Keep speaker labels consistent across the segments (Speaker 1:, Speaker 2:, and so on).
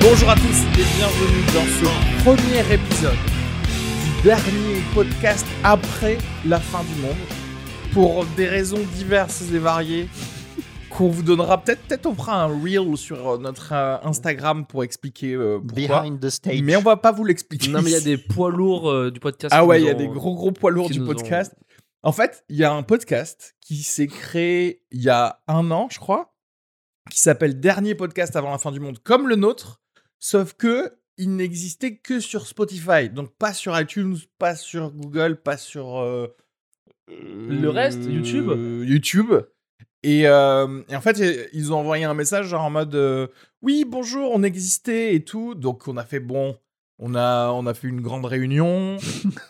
Speaker 1: Bonjour à tous et bienvenue dans ce premier épisode du dernier podcast après la fin du monde. Pour des raisons diverses et variées qu'on vous donnera peut-être, peut-être on fera un reel sur euh, notre euh, Instagram pour expliquer euh, pourquoi.
Speaker 2: Behind the stage.
Speaker 1: Mais on va pas vous l'expliquer.
Speaker 3: Non, mais il y a des poids lourds euh, du podcast.
Speaker 1: Ah
Speaker 3: qui
Speaker 1: ouais, il
Speaker 3: nous
Speaker 1: y a
Speaker 3: ont-
Speaker 1: des gros gros poids lourds
Speaker 3: qui
Speaker 1: du
Speaker 3: nous ont-
Speaker 1: podcast. En fait, il y a un podcast qui s'est créé il y a un an, je crois, qui s'appelle Dernier podcast avant la fin du monde, comme le nôtre, sauf que il n'existait que sur Spotify, donc pas sur iTunes, pas sur Google, pas sur euh,
Speaker 3: Le reste, YouTube
Speaker 1: euh, YouTube. Et, euh, et en fait, euh, ils ont envoyé un message genre en mode euh, oui bonjour, on existait et tout. Donc on a fait bon, on a on a fait une grande réunion.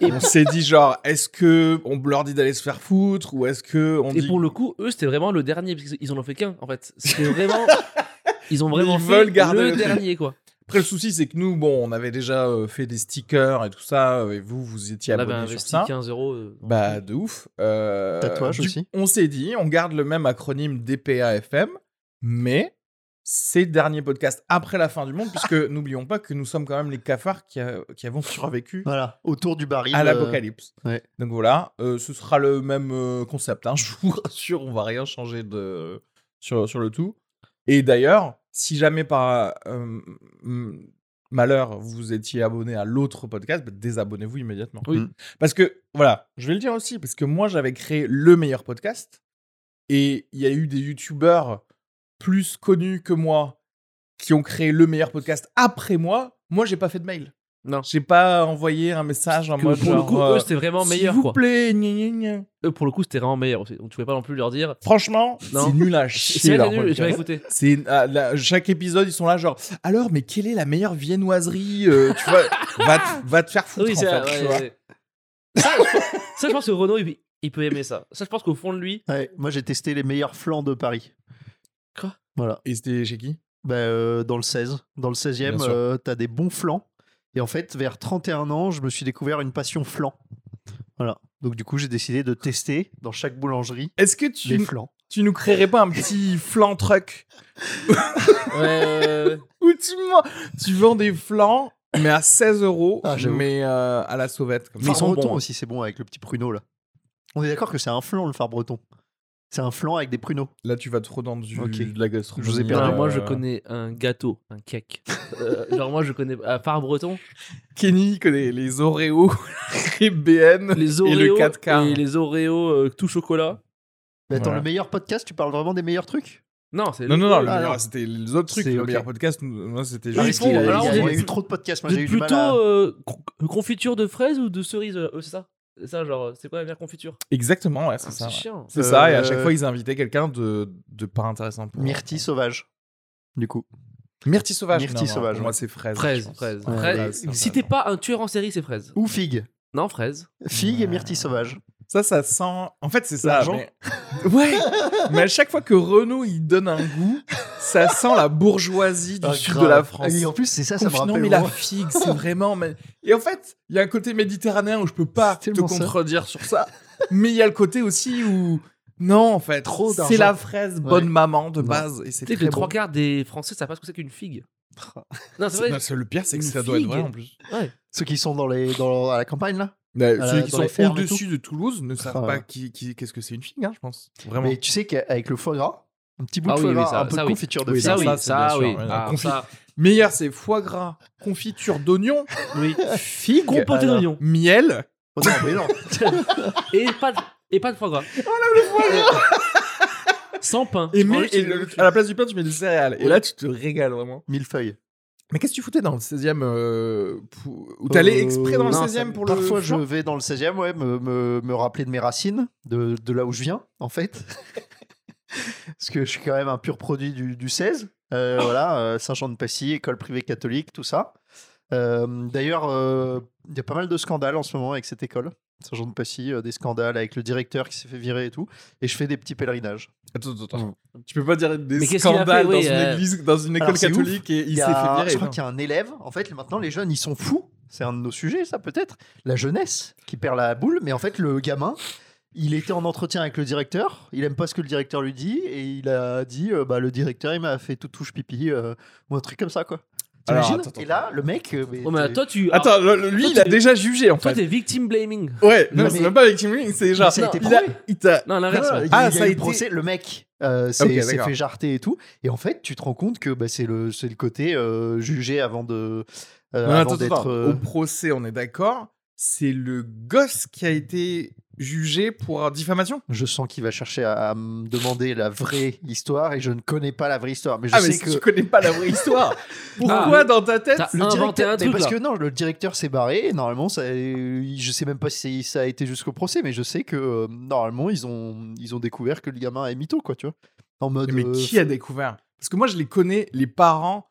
Speaker 1: Et on s'est dit genre est-ce que on leur dit d'aller se faire foutre ou est-ce que on
Speaker 3: Et
Speaker 1: dit
Speaker 3: pour le coup, eux, c'était vraiment le dernier, parce qu'ils en ont fait qu'un, en fait. C'était vraiment. Ils ont vraiment
Speaker 1: Ils
Speaker 3: fait
Speaker 1: veulent garder le
Speaker 3: le
Speaker 1: truc.
Speaker 3: dernier, quoi.
Speaker 1: après le souci c'est que nous bon on avait déjà euh, fait des stickers et tout ça euh, et vous vous étiez
Speaker 3: On avait
Speaker 1: abonné sur
Speaker 3: investi
Speaker 1: ça
Speaker 3: 15 euros. euh, dans le
Speaker 1: bah
Speaker 3: truc.
Speaker 1: de ouf euh,
Speaker 2: Tatouage
Speaker 1: du-
Speaker 2: aussi.
Speaker 1: on s'est dit on garde le même acronyme DPAFM mais c'est dernier podcast après la fin du monde puisque n'oublions pas que nous sommes quand même les cafards qui, a- qui avons survécu
Speaker 2: Voilà, autour du baril.
Speaker 1: à
Speaker 2: euh,
Speaker 1: l'apocalypse.
Speaker 2: ouais.
Speaker 1: Donc voilà, euh, ce sera le même euh, concept. hein, je vous rassure, on va rien changer de sur, sur le tout. Et d'ailleurs, si jamais par euh, mm, malheur vous étiez abonné à l'autre podcast, bah, désabonnez-vous immédiatement.
Speaker 3: Oui.
Speaker 2: Mm.
Speaker 1: Parce que voilà, je vais le dire aussi, parce que moi j'avais créé le meilleur podcast et il y a eu des youtubeurs plus connus que moi qui ont créé le meilleur podcast après moi. Moi, j'ai pas fait de mail.
Speaker 3: Non.
Speaker 1: J'ai pas envoyé un message en
Speaker 3: Que
Speaker 1: mode
Speaker 3: pour le
Speaker 1: genre,
Speaker 3: coup,
Speaker 1: euh,
Speaker 3: eux, c'était vraiment meilleur,
Speaker 1: s'il vous
Speaker 3: quoi.
Speaker 1: plaît, gna gna gna.
Speaker 3: Eux, pour le coup, c'était vraiment meilleur aussi. Donc, tu pouvais pas non plus leur dire.
Speaker 1: Franchement,
Speaker 3: Non.
Speaker 1: c'est nul à
Speaker 3: C'est
Speaker 1: chier. leur
Speaker 3: nul, tu vas
Speaker 1: podcast.
Speaker 3: écouter.
Speaker 1: C'est ah, là, chaque épisode, ils sont là genre alors mais quelle est la meilleure viennoiserie euh, Tu vois, va, te- va te faire foutre
Speaker 3: Oui,
Speaker 1: en
Speaker 3: c'est
Speaker 1: fait,
Speaker 3: ouais,
Speaker 1: tu vois.
Speaker 3: c'est- ça, ça, je pense que Renaud, il, il peut aimer ça. Ça, je pense qu'au fond de lui,
Speaker 2: ouais, moi, j'ai testé les meilleurs flancs de Paris.
Speaker 3: Quoi
Speaker 2: Voilà.
Speaker 1: Et c'était chez qui
Speaker 2: Bah, euh, dans le 16. Dans le 16e,
Speaker 1: Bien sûr.
Speaker 2: euh, t'as des bons flancs. Et en fait, vers 31 ans, je me suis découvert une passion flan. Voilà. Donc, du coup, j'ai décidé de tester dans chaque boulangerie
Speaker 1: Est-ce que
Speaker 2: les
Speaker 1: tu,
Speaker 2: flans.
Speaker 1: tu nous créerais pas un petit flan truck
Speaker 3: ouais,
Speaker 1: où tu, vends- tu vends des flans mais à 16 euros,
Speaker 2: Ah, j'avoue.
Speaker 1: mais euh, à la sauvette. Comme
Speaker 2: Phare
Speaker 1: ça.
Speaker 2: breton
Speaker 1: hein.
Speaker 2: aussi, c'est bon avec le petit pruneau, là. On est d'accord que c'est un flan, le phare breton. C'est un flan avec des pruneaux.
Speaker 1: Là, tu vas trop dans du,
Speaker 2: Ok.
Speaker 1: de la gastronomie.
Speaker 2: Je vous ai perdu.
Speaker 3: Alors,
Speaker 1: euh,
Speaker 3: moi, je connais un gâteau, un cake. Euh, genre, moi, je connais. À part breton,
Speaker 1: Kenny connaît les Oreos, les BN.
Speaker 3: les
Speaker 1: Et
Speaker 3: Oreos
Speaker 1: le 4K, hein.
Speaker 3: et les Oreos euh, tout chocolat.
Speaker 2: Mais attends,
Speaker 1: Voilà.
Speaker 2: Ben, le meilleur podcast, tu parles vraiment des meilleurs trucs
Speaker 3: Non, c'est
Speaker 1: Non, non, non, le
Speaker 2: Ah,
Speaker 1: meilleur,
Speaker 2: non.
Speaker 1: c'était les autres trucs.
Speaker 2: C'est
Speaker 1: Le
Speaker 2: ok.
Speaker 1: meilleur podcast, nous- moi, c'était
Speaker 2: Ah,
Speaker 3: Ils
Speaker 2: parce
Speaker 1: juste.
Speaker 3: font-
Speaker 2: qu'il a-
Speaker 3: alors,
Speaker 2: il y a, il
Speaker 3: on
Speaker 2: y a
Speaker 3: est-
Speaker 2: eu trop de podcasts, moi
Speaker 3: Vous
Speaker 2: j'ai
Speaker 3: êtes
Speaker 2: eu du mal
Speaker 3: plutôt
Speaker 2: à...
Speaker 3: euh, con- confiture de fraises ou de cerises euh, eux, C'est ça C'est ça, genre, euh, c'est quoi la meilleure confiture
Speaker 1: Exactement, ouais,
Speaker 3: Ah,
Speaker 1: c'est ça.
Speaker 3: C'est
Speaker 1: ouais.
Speaker 3: chiant.
Speaker 1: C'est ça, et à
Speaker 2: Euh,
Speaker 1: chaque fois, ils invitaient quelqu'un de, de pas intéressant pour.
Speaker 2: Myrtille sauvage. Du coup.
Speaker 1: Myrtille sauvage.
Speaker 2: Myrtille
Speaker 1: non, non,
Speaker 2: sauvage,
Speaker 1: pour Moi, c'est fraise. je
Speaker 3: Fraises,
Speaker 1: pense.
Speaker 3: fraises.
Speaker 2: Ouais,
Speaker 3: fraises.
Speaker 1: fraises, c'est
Speaker 3: Si t'es pas un tueur en série, c'est fraises.
Speaker 2: Ou figue.
Speaker 3: Non, fraises.
Speaker 2: Figue et myrtille sauvage.
Speaker 1: Ça, ça sent. En fait, c'est ça.
Speaker 2: L'argent.
Speaker 1: mais- Ah, ben. Ouais. mais à chaque fois que Renault il donne un goût, ça sent la bourgeoisie du
Speaker 2: Ah,
Speaker 1: sud
Speaker 2: grave.
Speaker 1: de la France.
Speaker 2: Et en plus, c'est ça, ça me
Speaker 1: Confinement,
Speaker 2: rappelle.
Speaker 1: mais la
Speaker 2: moi.
Speaker 1: figue, c'est vraiment. mais- Et en fait, il y a un côté méditerranéen où je peux pas
Speaker 2: C'est
Speaker 1: te
Speaker 2: tellement ça.
Speaker 1: contredire sur ça, mais il y a le côté aussi où non, en fait,
Speaker 2: Trop
Speaker 1: c'est
Speaker 2: d'argent.
Speaker 1: la fraise bonne
Speaker 2: Ouais.
Speaker 1: maman de
Speaker 2: Non.
Speaker 1: base et c'est
Speaker 3: Tu sais
Speaker 1: très
Speaker 3: que les
Speaker 1: bon.
Speaker 3: trois quarts des Français, ça passe ce que c'est qu'une figue. Non, c'est
Speaker 1: C'est-
Speaker 3: vrai.
Speaker 1: non, Bah, c'est- le pire, c'est que
Speaker 3: Une
Speaker 1: ça doit être vrai
Speaker 3: figue.
Speaker 1: en plus.
Speaker 3: Ouais.
Speaker 2: Ceux qui sont dans les, dans, à la campagne, là.
Speaker 1: Mais
Speaker 2: Dans
Speaker 1: Bah, ceux
Speaker 2: la-
Speaker 1: qui
Speaker 2: dans les
Speaker 1: sont
Speaker 2: fermes et
Speaker 1: au-dessus de Toulouse ne savent
Speaker 2: Ah,
Speaker 1: pas
Speaker 2: ouais.
Speaker 1: qui- qui- qu'est-ce que c'est une figue, hein, je pense. Vraiment.
Speaker 2: Mais tu sais qu'avec le foie gras, un petit bout
Speaker 3: Ah
Speaker 2: de
Speaker 3: oui,
Speaker 2: foie
Speaker 3: oui,
Speaker 2: gras,
Speaker 3: ça-
Speaker 2: un peu
Speaker 3: ça,
Speaker 2: de
Speaker 3: oui.
Speaker 2: confiture de
Speaker 1: Oui,
Speaker 2: figue.
Speaker 3: ça, oui,
Speaker 1: ça,
Speaker 3: ça,
Speaker 1: c'est bien sûr,
Speaker 3: oui.
Speaker 1: ouais.
Speaker 3: Ah,
Speaker 1: Confi-
Speaker 3: ça,
Speaker 1: Meilleur, c'est foie gras, confiture d'oignon,
Speaker 3: oui.
Speaker 1: figue,
Speaker 3: Compoté
Speaker 2: alors.
Speaker 3: d'oignons.
Speaker 1: miel.
Speaker 2: Oh non, mais non.
Speaker 3: Et pas de. Et pas de foie gras.
Speaker 1: Oh
Speaker 3: Sans pain.
Speaker 1: Et, mets-
Speaker 3: Enlève-
Speaker 1: et le- à la place du pain, tu mets des céréales. Et là, tu te régales vraiment.
Speaker 2: Millefeuille.
Speaker 1: Mais qu'est-ce que tu foutais dans le 16e euh, pou- Ou t'allais
Speaker 2: Euh,
Speaker 1: exprès dans le
Speaker 3: non,
Speaker 1: 16e pour le.
Speaker 2: Parfois, je
Speaker 1: flan
Speaker 2: vais dans le 16e, ouais, me, me, me rappeler de mes racines, de, de là où je viens, en fait. Parce que je suis quand même un pur produit du, du 16. Euh, voilà, euh, Saint-Jean-de-Passy, école privée catholique, tout ça. Euh, D'ailleurs, euh, il y a pas mal de scandales en ce moment avec cette école. Saint-Jean-de-Passy, euh, des scandales avec le directeur qui s'est fait virer et tout. Et je fais des petits pèlerinages.
Speaker 1: Attends, attends, attends. Tu peux pas dire des
Speaker 3: Mm. Mais qu'est-ce qu'il a
Speaker 1: scandales
Speaker 3: fait, oui,
Speaker 1: dans,
Speaker 3: euh,
Speaker 1: une église, dans une école
Speaker 2: Alors, c'est ouf.
Speaker 1: catholique et il
Speaker 2: y
Speaker 1: s'est
Speaker 2: a-
Speaker 1: fait virer.
Speaker 2: Je crois
Speaker 1: non.
Speaker 2: qu'il y a un élève. En fait, maintenant, les jeunes, ils sont fous. C'est un de nos sujets, ça, peut-être. La jeunesse qui perd la boule. Mais en fait, le gamin, il était en entretien avec le directeur. Il aime pas ce que le directeur lui dit. Et il a dit euh, bah, le directeur, il m'a fait tout touche pipi euh, ou un truc comme ça, quoi.
Speaker 1: Alors,
Speaker 2: T'imagines
Speaker 1: attends,
Speaker 2: Et là, le mec. euh, mais
Speaker 3: Oh, mais
Speaker 2: t'es-
Speaker 3: toi, tu.
Speaker 1: Attends, le- le- lui,
Speaker 3: Toi,
Speaker 1: il a
Speaker 3: t'es-
Speaker 1: déjà jugé en
Speaker 3: Toi,
Speaker 1: fait.
Speaker 3: t'es victim blaming.
Speaker 1: Ouais, non,
Speaker 2: Non,
Speaker 1: c'est
Speaker 2: mais-
Speaker 1: même pas victim blaming, c'est genre.
Speaker 2: ça a été
Speaker 1: il a,
Speaker 2: prouvé.
Speaker 1: il t'a-
Speaker 3: Non,
Speaker 2: Ah,
Speaker 3: l'inverse. ouais.
Speaker 2: il y
Speaker 1: Ah,
Speaker 2: a eu
Speaker 1: ça a
Speaker 2: le
Speaker 1: été-
Speaker 2: procès. Le mec euh, s'est
Speaker 1: Ok,
Speaker 2: s'est
Speaker 1: d'accord.
Speaker 2: fait jarter et tout. Et en fait, tu te rends compte que bah, c'est le, c'est le côté euh, jugé avant de. euh,
Speaker 1: Non,
Speaker 2: avant
Speaker 1: attends,
Speaker 2: d'être.
Speaker 1: attends.
Speaker 2: euh,
Speaker 1: Au procès, on est d'accord. C'est le gosse qui a été jugé pour diffamation.
Speaker 2: Je sens qu'il va chercher à, à me demander la vraie histoire et je ne connais pas la vraie histoire. Mais je
Speaker 1: ah, mais
Speaker 2: sais
Speaker 1: si
Speaker 2: que.
Speaker 1: tu connais pas la vraie histoire, Bah, pourquoi
Speaker 3: Ah,
Speaker 1: dans ta tête
Speaker 3: t'as
Speaker 1: le
Speaker 3: inventé
Speaker 1: directeur-
Speaker 3: un
Speaker 2: Mais
Speaker 3: truc,
Speaker 2: parce
Speaker 3: là.
Speaker 2: que non, le directeur s'est barré. Et normalement, ça, euh, je sais même pas si ça a été jusqu'au procès, mais je sais que euh, normalement ils ont ils ont découvert que le gamin est mytho, quoi, tu vois. En mode.
Speaker 1: Mais
Speaker 2: euh,
Speaker 1: qui a découvert Parce que moi, je les connais, les parents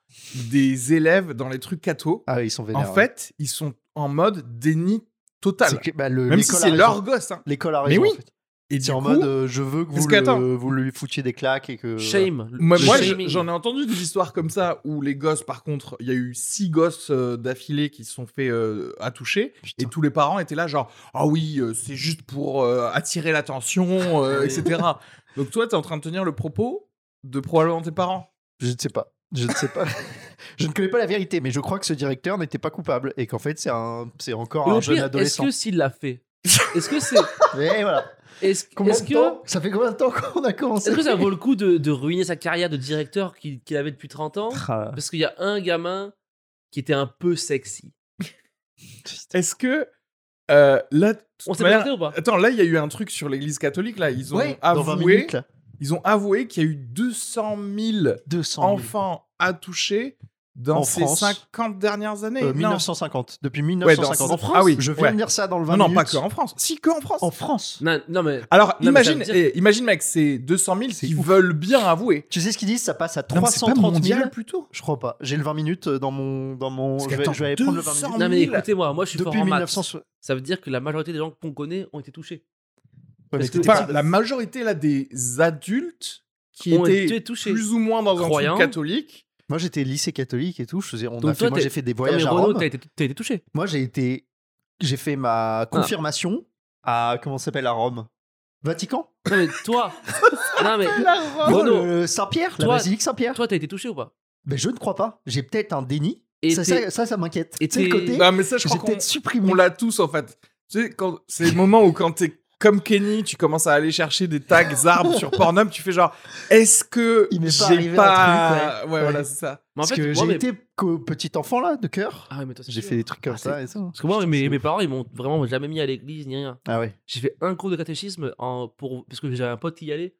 Speaker 1: des élèves dans les trucs catho.
Speaker 2: Ah, ils sont
Speaker 1: en
Speaker 2: vénères. ouais.
Speaker 1: fait, ils sont en mode déni total.
Speaker 2: C'est que, bah, le-
Speaker 1: Même si
Speaker 2: l'école a
Speaker 1: c'est
Speaker 2: raison.
Speaker 1: leur gosse. hein.
Speaker 2: L'école a
Speaker 1: Mais
Speaker 2: raison.
Speaker 1: oui.
Speaker 2: en fait.
Speaker 1: Et du
Speaker 2: C'est en
Speaker 1: coup,
Speaker 2: mode, euh, je veux que
Speaker 1: Parce
Speaker 2: vous,
Speaker 1: que,
Speaker 2: le-
Speaker 1: attends.
Speaker 2: vous lui foutiez des claques et que.
Speaker 3: Shame. Le-
Speaker 1: moi,
Speaker 3: le
Speaker 1: moi, je-
Speaker 3: shaming.
Speaker 1: j'en ai entendu des histoires comme ça où les gosses, par contre, il y a eu six gosses euh, d'affilée qui se sont fait euh, attoucher et
Speaker 2: Putain.
Speaker 1: tous les parents étaient là genre ah oui euh, c'est juste pour euh, attirer l'attention euh,
Speaker 3: Oui.
Speaker 1: etc. Donc toi t'es en train de tenir le propos de probablement tes parents.
Speaker 2: Je ne sais pas. Je ne sais pas. je ne connais pas la vérité, mais je crois que ce directeur n'était pas coupable et qu'en fait, c'est un, c'est encore
Speaker 3: Et au
Speaker 2: un jeune
Speaker 3: pire, Est-ce
Speaker 2: adolescent.
Speaker 3: que s'il l'a fait Est-ce que c'est.
Speaker 2: Et voilà.
Speaker 3: Est-ce
Speaker 2: Combien
Speaker 3: est-ce
Speaker 2: de
Speaker 3: que.
Speaker 2: temps Ça fait combien de temps qu'on a commencé
Speaker 3: Est-ce que ça vaut le coup de, de ruiner sa carrière de directeur qu'il qu'il avait depuis 30 ans
Speaker 2: Ah,
Speaker 3: Parce qu'il y a un gamin qui était un peu sexy.
Speaker 1: Est-ce que euh, là de
Speaker 3: On
Speaker 1: toute
Speaker 3: s'est
Speaker 1: manière-
Speaker 3: planté ou pas
Speaker 2: euh,
Speaker 1: Attends, là, il y a eu un truc sur l'Église catholique. Là, ils ont
Speaker 2: ouais, dans 20
Speaker 1: avoué,
Speaker 2: minutes, là.
Speaker 1: ils ont avoué qu'il y a eu 200 000
Speaker 2: 200 000.
Speaker 1: enfants attouchés dans
Speaker 2: En
Speaker 1: ces
Speaker 2: France.
Speaker 1: 50 dernières années.
Speaker 2: Euh,
Speaker 1: Non.
Speaker 2: 1950. Depuis
Speaker 1: Ouais, dans-
Speaker 2: 1950.
Speaker 1: en France. Ah oui,
Speaker 2: Je vais
Speaker 1: ouais.
Speaker 2: venir ça dans le 20
Speaker 1: Non, non, pas
Speaker 2: minutes.
Speaker 1: que en France. Si, que en France.
Speaker 2: En France.
Speaker 3: non, non, mais.
Speaker 1: Alors,
Speaker 3: Non, mais ça
Speaker 1: imagine,
Speaker 3: veut dire-
Speaker 1: eh, imagine, mec, ces 200 000
Speaker 2: C'est
Speaker 1: qui
Speaker 2: ouf.
Speaker 1: veulent bien avouer.
Speaker 2: Tu sais ce qu'ils disent Ça passe à
Speaker 1: Non, mais c'est pas
Speaker 2: 330 000.
Speaker 1: mondial plutôt.
Speaker 2: Je crois pas. J'ai le 20 minutes euh, dans mon. Dans mon...
Speaker 1: Parce
Speaker 2: Je, vais,
Speaker 1: qu'attends,
Speaker 2: je vais aller prendre le 20
Speaker 1: 200
Speaker 2: minutes.
Speaker 1: en
Speaker 3: Non, mais
Speaker 1: 1000.
Speaker 3: écoutez-moi, moi je suis fort
Speaker 2: Depuis
Speaker 3: en maths.
Speaker 2: 1960.
Speaker 3: Ça veut dire que la majorité des gens qu'on connaît ont été touchés.
Speaker 2: Ouais, mais
Speaker 3: Parce que-
Speaker 2: t'étais
Speaker 1: Enfin,
Speaker 2: petit.
Speaker 1: la majorité là des adultes qui
Speaker 3: ont
Speaker 1: étaient
Speaker 3: été touchés.
Speaker 1: plus ou moins dans un
Speaker 3: Croyants.
Speaker 1: truc catholique.
Speaker 2: Moi j'étais lycée catholique et tout. Je faisais, on
Speaker 3: Donc
Speaker 2: a
Speaker 3: toi,
Speaker 2: fait, moi
Speaker 3: t'es-
Speaker 2: j'ai fait des
Speaker 3: Non, mais
Speaker 2: voyages à
Speaker 3: Renaud,
Speaker 2: Rome.
Speaker 3: t'as été, t'as été touché.
Speaker 2: Moi j'ai été, j'ai fait
Speaker 3: Ah.
Speaker 2: ma confirmation à comment ça s'appelle à Rome, Vatican.
Speaker 3: Non, mais toi. non, mais. Renaud,
Speaker 2: Renaud, le Saint-Pierre, la
Speaker 3: Oh, toi-
Speaker 2: basilique Saint-Pierre.
Speaker 3: Toi, t'as été touché ou pas
Speaker 2: Mais je ne crois pas. J'ai peut-être un déni.
Speaker 3: Et
Speaker 2: ça,
Speaker 3: t'es-
Speaker 2: ça, ça, ça m'inquiète.
Speaker 3: et
Speaker 2: C'est le
Speaker 3: t'es- Bah,
Speaker 2: côté.
Speaker 1: Non, mais ça, je
Speaker 2: J'ai
Speaker 1: crois qu'on
Speaker 2: peut-être supprimé.
Speaker 1: on l'a tous en fait. Tu sais, quand c'est le moment où quand t'es comme Kenny, tu commences à aller chercher des tags arbres sur Pornhub, tu fais genre, est-ce que
Speaker 2: Il m'est pas
Speaker 1: j'ai
Speaker 2: arrivé
Speaker 1: pas,
Speaker 2: un truc,
Speaker 1: ouais,
Speaker 2: ouais. Ouais.
Speaker 1: voilà, c'est ça.
Speaker 3: Mais en
Speaker 2: Parce
Speaker 3: fait,
Speaker 2: que
Speaker 3: moi,
Speaker 2: j'ai
Speaker 3: mes-
Speaker 2: été qu'au petit enfant là, de cœur.
Speaker 3: Ah ouais, mais toi, c'est
Speaker 2: j'ai
Speaker 3: sûr.
Speaker 2: fait des trucs comme
Speaker 3: Ah,
Speaker 2: ça et ça.
Speaker 3: Parce que moi,
Speaker 2: Putain,
Speaker 3: mes,
Speaker 2: c'est
Speaker 3: mes
Speaker 2: ouf.
Speaker 3: parents, ils m'ont vraiment jamais mis à l'église ni rien.
Speaker 2: Ah ouais.
Speaker 3: J'ai fait un cours de catéchisme en, pour, parce que j'avais un pote qui y allait.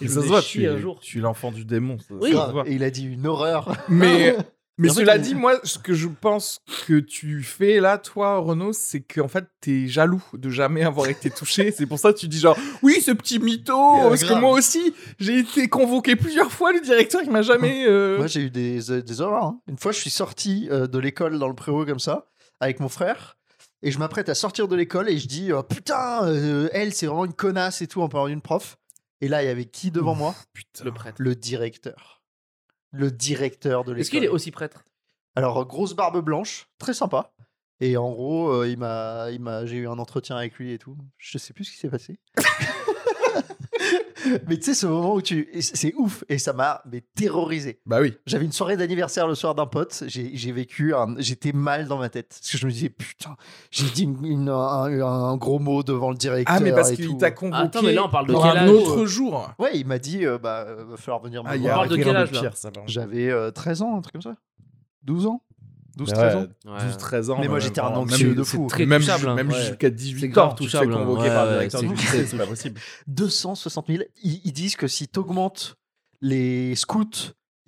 Speaker 3: Et
Speaker 1: Et ça
Speaker 3: je me
Speaker 1: se
Speaker 3: faisais
Speaker 1: voit,
Speaker 3: chier
Speaker 1: tu es,
Speaker 3: un jour.
Speaker 1: tu es l'enfant du démon. ça-
Speaker 3: Oui.
Speaker 1: ça se
Speaker 2: Grave.
Speaker 1: voit.
Speaker 2: Et il a dit une horreur.
Speaker 1: Mais, euh, mais
Speaker 2: Mais en fait,
Speaker 1: cela
Speaker 2: on-
Speaker 1: dit, moi, ce que je pense que tu fais là, toi, Renaud, c'est qu'en fait, t'es jaloux de jamais avoir été touché. c'est pour ça que tu dis genre, oui, ce petit mytho,
Speaker 2: Euh,
Speaker 1: parce que
Speaker 2: grave.
Speaker 1: moi aussi, j'ai été convoqué plusieurs fois, le directeur, il m'a jamais. euh,
Speaker 2: Moi, j'ai eu des, euh, des horreurs. hein. Une fois, je suis sorti euh, de l'école dans le préau comme ça, avec mon frère, et je m'apprête à sortir de l'école et je dis oh, Putain, euh, elle, c'est vraiment une connasse et tout, en parlant d'une prof. Et là, il y avait qui devant moi
Speaker 1: putain.
Speaker 3: Le prêtre.
Speaker 2: Le directeur. Le directeur de
Speaker 3: Est-ce qu'il est
Speaker 2: l'école.
Speaker 3: aussi prêtre
Speaker 2: Alors, euh, grosse barbe blanche, très sympa. Et en gros, euh, il m'a, il m'a, j'ai eu un entretien avec lui et tout. Je sais plus ce qui s'est passé. mais tu sais, ce moment où tu. et C'est c'est ouf. Et ça m'a mais terrorisé.
Speaker 1: Bah oui.
Speaker 2: J'avais une soirée d'anniversaire le soir d'un pote. J'ai j'ai vécu, un- j'étais mal dans ma tête parce que je me disais putain, j'ai dit une- une- un, un gros mot devant le directeur.
Speaker 1: Ah, mais parce
Speaker 2: et
Speaker 1: qu'il
Speaker 2: tout.
Speaker 1: t'a convoqué.
Speaker 3: Attends, mais là, on parle de
Speaker 1: dans
Speaker 3: quel
Speaker 1: un
Speaker 3: âge euh,
Speaker 1: autre jour.
Speaker 2: Ouais, il m'a dit euh, bah euh, va falloir venir me
Speaker 1: Ah, il y a
Speaker 2: voir.
Speaker 3: parle
Speaker 1: un
Speaker 3: de
Speaker 1: rien
Speaker 3: quel âge, là
Speaker 1: pire, ça va.
Speaker 2: J'avais euh, 13 ans, un truc comme ça. 12 ans. 12
Speaker 1: Ouais,
Speaker 2: 13 ans.
Speaker 1: 12, 13 ans.
Speaker 2: Mais
Speaker 3: euh,
Speaker 2: moi,
Speaker 1: même,
Speaker 2: j'étais un
Speaker 1: vraiment,
Speaker 2: anxieux
Speaker 1: même-
Speaker 2: de
Speaker 1: c'est
Speaker 2: fou.
Speaker 1: très
Speaker 3: Très
Speaker 1: même
Speaker 3: touchable,
Speaker 1: ju-
Speaker 3: hein,
Speaker 1: même
Speaker 3: ouais.
Speaker 1: jusqu'à
Speaker 3: C'est
Speaker 1: 18
Speaker 3: grave
Speaker 1: ans, tu te fais
Speaker 3: touchable, hein,
Speaker 1: convoquer
Speaker 3: ouais,
Speaker 1: par le
Speaker 3: ouais,
Speaker 1: directeur
Speaker 3: c'est
Speaker 1: du
Speaker 3: touchable.
Speaker 1: lycée, c'est pas possible.
Speaker 2: 260 000. Ils, ils disent que si t'augmentes les scouts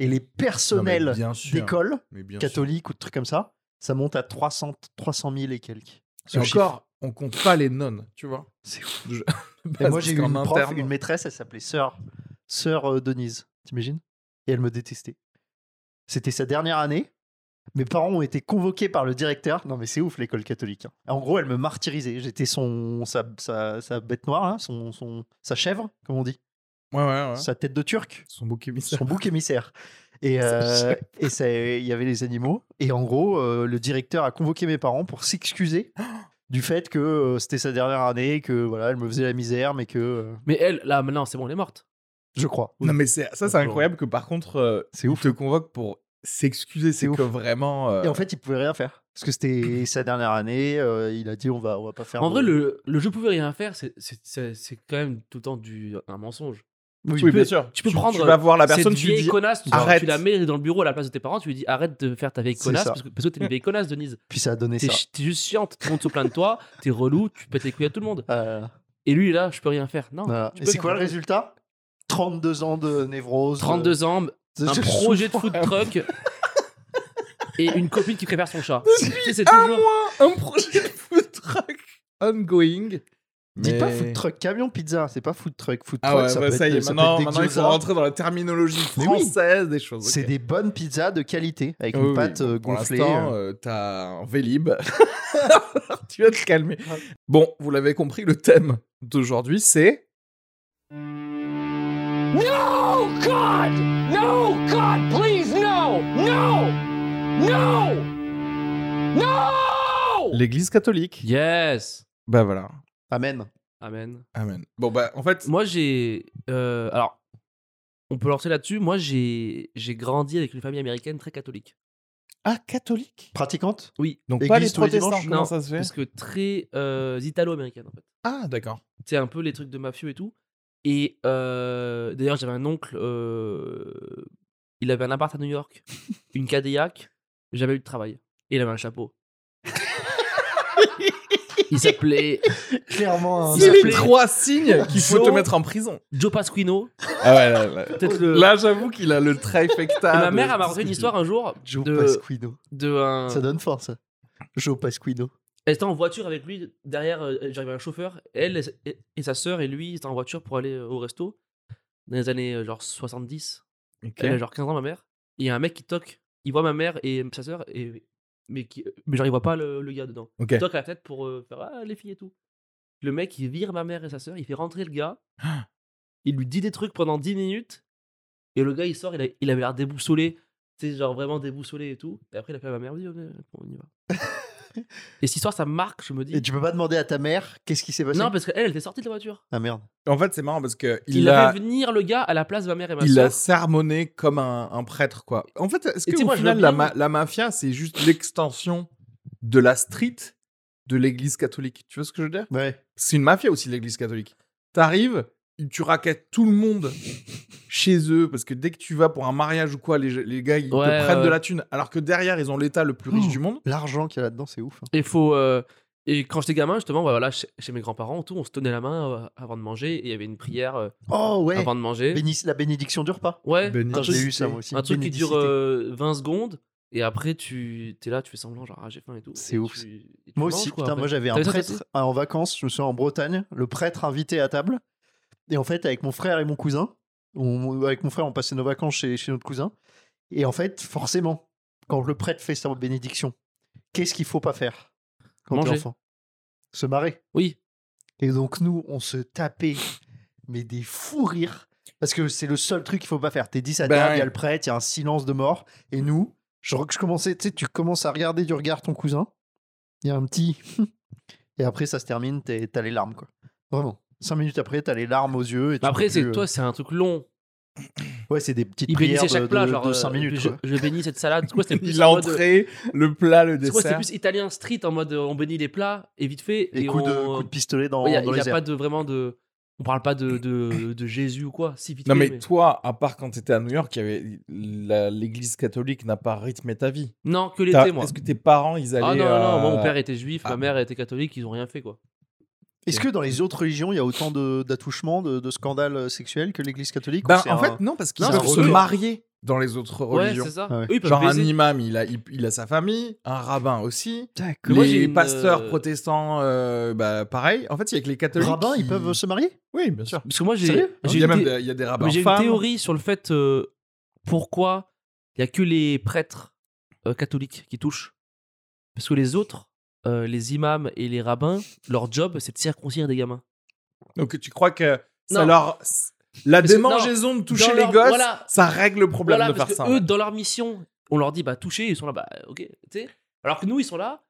Speaker 2: et les
Speaker 1: Non, mais
Speaker 2: personnels
Speaker 1: bien sûr,
Speaker 2: d'école
Speaker 1: mais bien sûr.
Speaker 2: catholique ou de trucs comme ça, ça monte à 300 300 000 et quelques.
Speaker 1: Et
Speaker 2: Ce chiffre.
Speaker 1: encore, on compte pas les nonnes, tu vois.
Speaker 2: C'est
Speaker 1: Je-
Speaker 2: Et
Speaker 1: Parce
Speaker 2: moi, j'ai eu
Speaker 1: qu'en
Speaker 2: une, prof,
Speaker 1: interne-
Speaker 2: une maîtresse, elle s'appelait Sœur, Sœur euh, Denise, t'imagines Et elle me détestait. C'était sa dernière année, Mes parents ont été convoqués par le directeur. Non, mais c'est ouf l'école catholique. hein. En gros, elle me martyrisait. J'étais son sa, sa- sa bête noire, là, son, son- sa chèvre, comme on dit,
Speaker 1: Ouais, ouais, ouais.
Speaker 2: sa tête de turc
Speaker 1: Son bouc émissaire.
Speaker 2: son bouc émissaire. Et
Speaker 1: Ça,
Speaker 2: euh,
Speaker 1: j'aime
Speaker 2: et ça- il y avait les animaux. Et en gros, euh, le directeur a convoqué mes parents pour s'excuser du fait que euh, c'était sa dernière année, que voilà, elle me faisait la misère, mais que euh,
Speaker 3: Mais elle, là, maintenant, c'est bon, elle est morte.
Speaker 2: je crois.
Speaker 1: Non, mais c'est- ça, c'est incroyable que par contre, euh,
Speaker 2: C'est
Speaker 1: il
Speaker 2: ouf.
Speaker 1: te convoque pour s'excuser. C'est
Speaker 2: C'est ouf.
Speaker 1: que vraiment. euh,
Speaker 2: Et en fait, il pouvait rien faire parce que c'était sa dernière année. euh, il a dit on va on va pas faire.
Speaker 3: En
Speaker 2: de-
Speaker 3: vrai, le, le je pouvais rien faire, c'est- c'est c'est- c'est quand même tout le temps du, un mensonge.
Speaker 1: oui,
Speaker 3: tu
Speaker 1: bien
Speaker 3: peux-
Speaker 1: sûr.
Speaker 3: tu peux prendre,
Speaker 1: Tu vas voir la personne,
Speaker 3: Cette
Speaker 1: tu lui
Speaker 3: vieille
Speaker 1: dis.
Speaker 3: connasse, tu,
Speaker 1: Arrête.
Speaker 3: tu la mets dans le bureau à la place de tes parents, tu lui dis arrête de faire ta vieille
Speaker 2: C'est
Speaker 3: connasse
Speaker 2: ça.
Speaker 3: parce que, parce que t'es une vieille connasse, Denise.
Speaker 2: Puis ça a donné
Speaker 3: T'es
Speaker 2: ça.
Speaker 3: chi- t'es juste chiante, tout le monde se plaint de toi, t'es relou, tu pètes les couilles à tout le monde.
Speaker 2: Euh,
Speaker 3: Et lui, là, je peux rien faire. Non.
Speaker 2: voilà.
Speaker 3: tu
Speaker 2: Et
Speaker 3: peux
Speaker 2: c'est quoi le
Speaker 3: faire-
Speaker 2: résultat 32 ans de névrose. euh,
Speaker 3: 32 ans,
Speaker 2: de-
Speaker 3: un
Speaker 2: de- Ah,
Speaker 3: projet de food truck et une copine qui prépare son chat. Tu sais, C'est
Speaker 4: Ah,
Speaker 3: toujours.
Speaker 1: Ah, un projet de food truck ongoing.
Speaker 2: Dis pas
Speaker 1: Mais-
Speaker 2: food truck, camion pizza, c'est pas food truck. Food
Speaker 1: Ah
Speaker 2: truck,
Speaker 1: ouais,
Speaker 2: ça,
Speaker 1: bah,
Speaker 2: peut
Speaker 1: ça,
Speaker 2: être,
Speaker 1: y est,
Speaker 2: ça peut
Speaker 1: maintenant,
Speaker 2: être des
Speaker 1: maintenant il faut
Speaker 2: gyoza.
Speaker 1: rentrer dans la terminologie
Speaker 2: Mais oui.
Speaker 1: française des choses.
Speaker 2: C'est
Speaker 1: ok.
Speaker 2: des bonnes pizzas de qualité avec
Speaker 1: Oui,
Speaker 2: une
Speaker 1: oui,
Speaker 2: pâte euh,
Speaker 1: Pour
Speaker 2: gonflée.
Speaker 1: l'instant, euh,
Speaker 2: euh.
Speaker 1: t'as un Vélib. tu vas te calmer. Bon, vous l'avez compris, le thème d'aujourd'hui, c'est...
Speaker 4: No, oh, God! No, God, please, no! No! No! No!
Speaker 1: L'Église catholique.
Speaker 3: Yes.
Speaker 1: Bah voilà.
Speaker 2: Amen.
Speaker 3: Amen.
Speaker 1: Amen. Bon, bah, en fait...
Speaker 3: Moi, j'ai. euh, alors, on peut lancer là-dessus. Moi, j'ai j'ai grandi avec une famille américaine très catholique.
Speaker 1: Ah, catholique
Speaker 2: Pratiquante
Speaker 3: Oui.
Speaker 1: Donc
Speaker 2: Église
Speaker 1: pas les
Speaker 2: tous les
Speaker 1: protestants,
Speaker 2: dimanches
Speaker 1: comment
Speaker 3: Non,
Speaker 1: ça se fait
Speaker 3: Parce que très euh, italo-américaine, en fait.
Speaker 1: Ah, d'accord.
Speaker 3: C'est un peu les trucs de mafieux et tout. Et euh, d'ailleurs, j'avais un oncle. euh, il avait un appart à New York, une Cadillac, jamais eu de travail. Et il avait un chapeau. il s'appelait
Speaker 2: Clairement.
Speaker 3: hein.
Speaker 1: C'est les
Speaker 3: s'appelait
Speaker 1: trois signes qu'il faut te
Speaker 3: Joe-
Speaker 1: mettre en prison.
Speaker 3: Joe Pasquino.
Speaker 1: Ah ouais, là, là.
Speaker 3: Peut-être le.
Speaker 1: Là, j'avoue qu'il a le
Speaker 2: Ah
Speaker 1: trifecta.
Speaker 3: Et ma
Speaker 2: bah
Speaker 1: de-
Speaker 3: mère elle m'a raconté une histoire un jour
Speaker 2: Joe
Speaker 3: de-
Speaker 2: Pasquino.
Speaker 3: de un.
Speaker 2: Ça donne fort, ça. Joe Pasquino.
Speaker 3: Elle était en voiture avec lui, derrière, euh, j'arrivais un chauffeur, elle et, et- et sa sœur et lui, ils étaient en voiture pour aller euh, au resto, dans les années euh, genre 70,
Speaker 1: Ok.
Speaker 3: elle a genre 15 ans ma mère, et il y a un mec qui toque, il voit ma mère et sa sœur, et, mais, qui, euh, mais genre il voit pas le, le gars dedans.
Speaker 1: Ok.
Speaker 3: Il toque à la tête pour euh, faire ah, les filles et tout. Le mec il vire ma mère et sa sœur, il fait rentrer le gars, il lui dit des trucs pendant 10 minutes, et le gars il sort, il, a- il avait l'air déboussolé, tu sais, genre vraiment déboussolé et tout, et après il a fait à ma mère, oui, on, est- on y va. et cette histoire ça me marque, je me dis.
Speaker 2: Et tu peux pas demander à ta mère qu'est-ce qui s'est passé
Speaker 3: Non, parce qu'elle, elle était sortie de la voiture.
Speaker 2: Ah merde.
Speaker 1: En fait, c'est marrant parce que
Speaker 3: Il,
Speaker 1: il a,
Speaker 3: a fait venir le gars à la place de ma mère et ma
Speaker 1: il a
Speaker 3: soeur.
Speaker 1: sermonné comme un, un prêtre, quoi. En fait, est-ce
Speaker 3: Et tu sais,
Speaker 1: qu'au
Speaker 3: moi, je
Speaker 1: final,
Speaker 3: veux
Speaker 1: la,
Speaker 3: bien-
Speaker 1: ma- la mafia, c'est juste l'extension de la street de l'église catholique Tu vois ce que je veux dire
Speaker 2: Ouais.
Speaker 1: C'est une mafia aussi, l'église catholique. T'arrives, tu raquettes tout le monde chez eux, parce que dès que tu vas pour un mariage ou quoi, les, les gars, ils
Speaker 3: Ouais,
Speaker 1: te prennent
Speaker 3: ouais.
Speaker 1: de la thune, alors que derrière, ils ont l'État le plus riche
Speaker 2: Oh.
Speaker 1: du monde.
Speaker 2: L'argent qu'il y a là-dedans, c'est ouf. hein.
Speaker 3: Et faut. euh, Et quand j'étais gamin, justement, bah, voilà, chez, chez mes grands-parents, tout, on se tenait la main euh, avant de manger et il y avait une prière euh,
Speaker 2: Oh ouais.
Speaker 3: avant de manger.
Speaker 2: Bénis- la bénédiction du repas.
Speaker 3: Ouais,
Speaker 1: Bénédicité.
Speaker 3: un
Speaker 2: J'ai
Speaker 3: truc,
Speaker 2: eu ça moi aussi.
Speaker 3: un truc qui dure
Speaker 2: Bénédicité.
Speaker 3: euh, 20 secondes et après tu t'es là, tu fais semblant, genre ah, j'ai faim et tout.
Speaker 2: C'est
Speaker 3: Et
Speaker 2: ouf.
Speaker 3: tu- et tu
Speaker 2: Moi
Speaker 3: manges,
Speaker 2: aussi,
Speaker 3: euh, quoi,
Speaker 2: putain,
Speaker 3: après.
Speaker 2: moi j'avais un
Speaker 3: T'avais ça, toi
Speaker 2: prêtre en vacances, je me suis en Bretagne, le prêtre invité à table. Et en fait, avec mon frère et mon cousin, on- avec mon frère, on passait nos vacances chez, chez notre cousin. Et en fait, forcément, quand le prêtre fait sa bénédiction, qu'est-ce qu'il faut pas faire quand t'es
Speaker 3: Manger.
Speaker 2: enfant Se marrer.
Speaker 3: Oui,
Speaker 2: Et donc, nous, on se tapait, mais des fous rires. Parce que c'est le seul truc qu'il faut pas faire. T'es 10 à
Speaker 1: Ben
Speaker 2: table, il y
Speaker 1: ouais.
Speaker 2: a le prêtre, il y a un silence de mort. Et nous, je, je commençais, tu sais, tu commences à regarder du regard ton cousin. Il y a un petit. et après, ça se termine, t'es- t'as les larmes, quoi. Vraiment. 5 minutes après, t'as les larmes aux yeux. Et tu
Speaker 3: mais Bah après,
Speaker 2: peux plus,
Speaker 3: c'est
Speaker 2: euh,
Speaker 3: toi, c'est un truc long.
Speaker 2: Ouais, c'est des petites
Speaker 3: Il
Speaker 2: prières
Speaker 3: bénissait
Speaker 2: de,
Speaker 3: chaque plat, genre.
Speaker 2: 5
Speaker 3: euh,
Speaker 2: minutes.
Speaker 3: je,
Speaker 2: quoi.
Speaker 3: je bénis cette salade. Quoi, c'était plus
Speaker 1: Il a
Speaker 3: en mode-
Speaker 1: entré le plat, le
Speaker 3: C'est quoi, c'était
Speaker 1: dessert.
Speaker 3: plus italien street en mode euh, on bénit les plats et vite fait.
Speaker 2: Et
Speaker 3: et
Speaker 2: coups, de,
Speaker 3: on-
Speaker 2: coups de pistolet dans,
Speaker 3: Il n'y a,
Speaker 2: dans
Speaker 3: y a
Speaker 2: les airs.
Speaker 3: pas de vraiment de. On parle pas de, de, de Jésus ou quoi, si vite
Speaker 1: Non
Speaker 3: fait,
Speaker 1: mais toi, à part quand t'étais à New York, il y avait- la- l'Église catholique n'a pas rythmé ta vie.
Speaker 3: Non, que
Speaker 1: T'as-
Speaker 3: l'été, moi.
Speaker 1: Est-ce que tes parents, ils allaient
Speaker 3: Ah non, non, non,
Speaker 1: euh,
Speaker 3: moi, mon père était juif,
Speaker 1: ah.
Speaker 3: ma mère était catholique, ils ont rien fait, quoi.
Speaker 2: Est-ce que dans les autres religions, il y a autant de- d'attouchements, de, de scandales sexuels que l'église catholique ou
Speaker 3: Bah,
Speaker 1: Ben,
Speaker 2: c'est
Speaker 1: en
Speaker 2: un-
Speaker 1: fait, non, parce qu'ils
Speaker 3: hein. Non,
Speaker 1: peuvent
Speaker 2: parce
Speaker 1: se
Speaker 2: que-
Speaker 1: marier dans les autres religions.
Speaker 3: Ouais, c'est ça.
Speaker 2: Ah ouais.
Speaker 3: Eux, ils peuvent
Speaker 1: Genre un
Speaker 3: baiser.
Speaker 1: imam, il a, il, il a sa famille, un rabbin aussi,
Speaker 3: Mais moi, j'ai
Speaker 1: les
Speaker 3: une,
Speaker 1: pasteurs
Speaker 3: euh,
Speaker 1: protestants, euh, bah, pareil. En fait, il y a que les catholiques.
Speaker 2: rabbins,
Speaker 1: qui-
Speaker 2: ils peuvent euh, se marier
Speaker 1: Oui, bien sûr.
Speaker 3: Parce que moi, j'ai
Speaker 2: Sérieux
Speaker 1: Il
Speaker 3: j'ai
Speaker 1: y, a
Speaker 3: une,
Speaker 1: même
Speaker 3: thé-
Speaker 1: des- il y a des rabbins
Speaker 3: mais j'ai une
Speaker 1: femmes.
Speaker 3: théorie sur le fait euh, pourquoi il n'y a que les prêtres euh, catholique qui touche. Parce que les autres, euh, les imams et les rabbins, leur job, c'est de circoncire des gamins.
Speaker 1: Donc tu crois que ça
Speaker 3: Non.
Speaker 1: leur... La
Speaker 3: Parce que-
Speaker 1: démangeaison de toucher
Speaker 3: Dans
Speaker 1: les
Speaker 3: leur-
Speaker 1: gosses,
Speaker 3: voilà.
Speaker 1: ça règle le problème
Speaker 3: Voilà,
Speaker 1: de
Speaker 3: parce
Speaker 1: faire
Speaker 3: que
Speaker 1: ça.
Speaker 3: eux, dans leur mission, on leur dit, bah, touchez, ils sont là, bah, ok, tu sais. Alors que nous, ils sont là,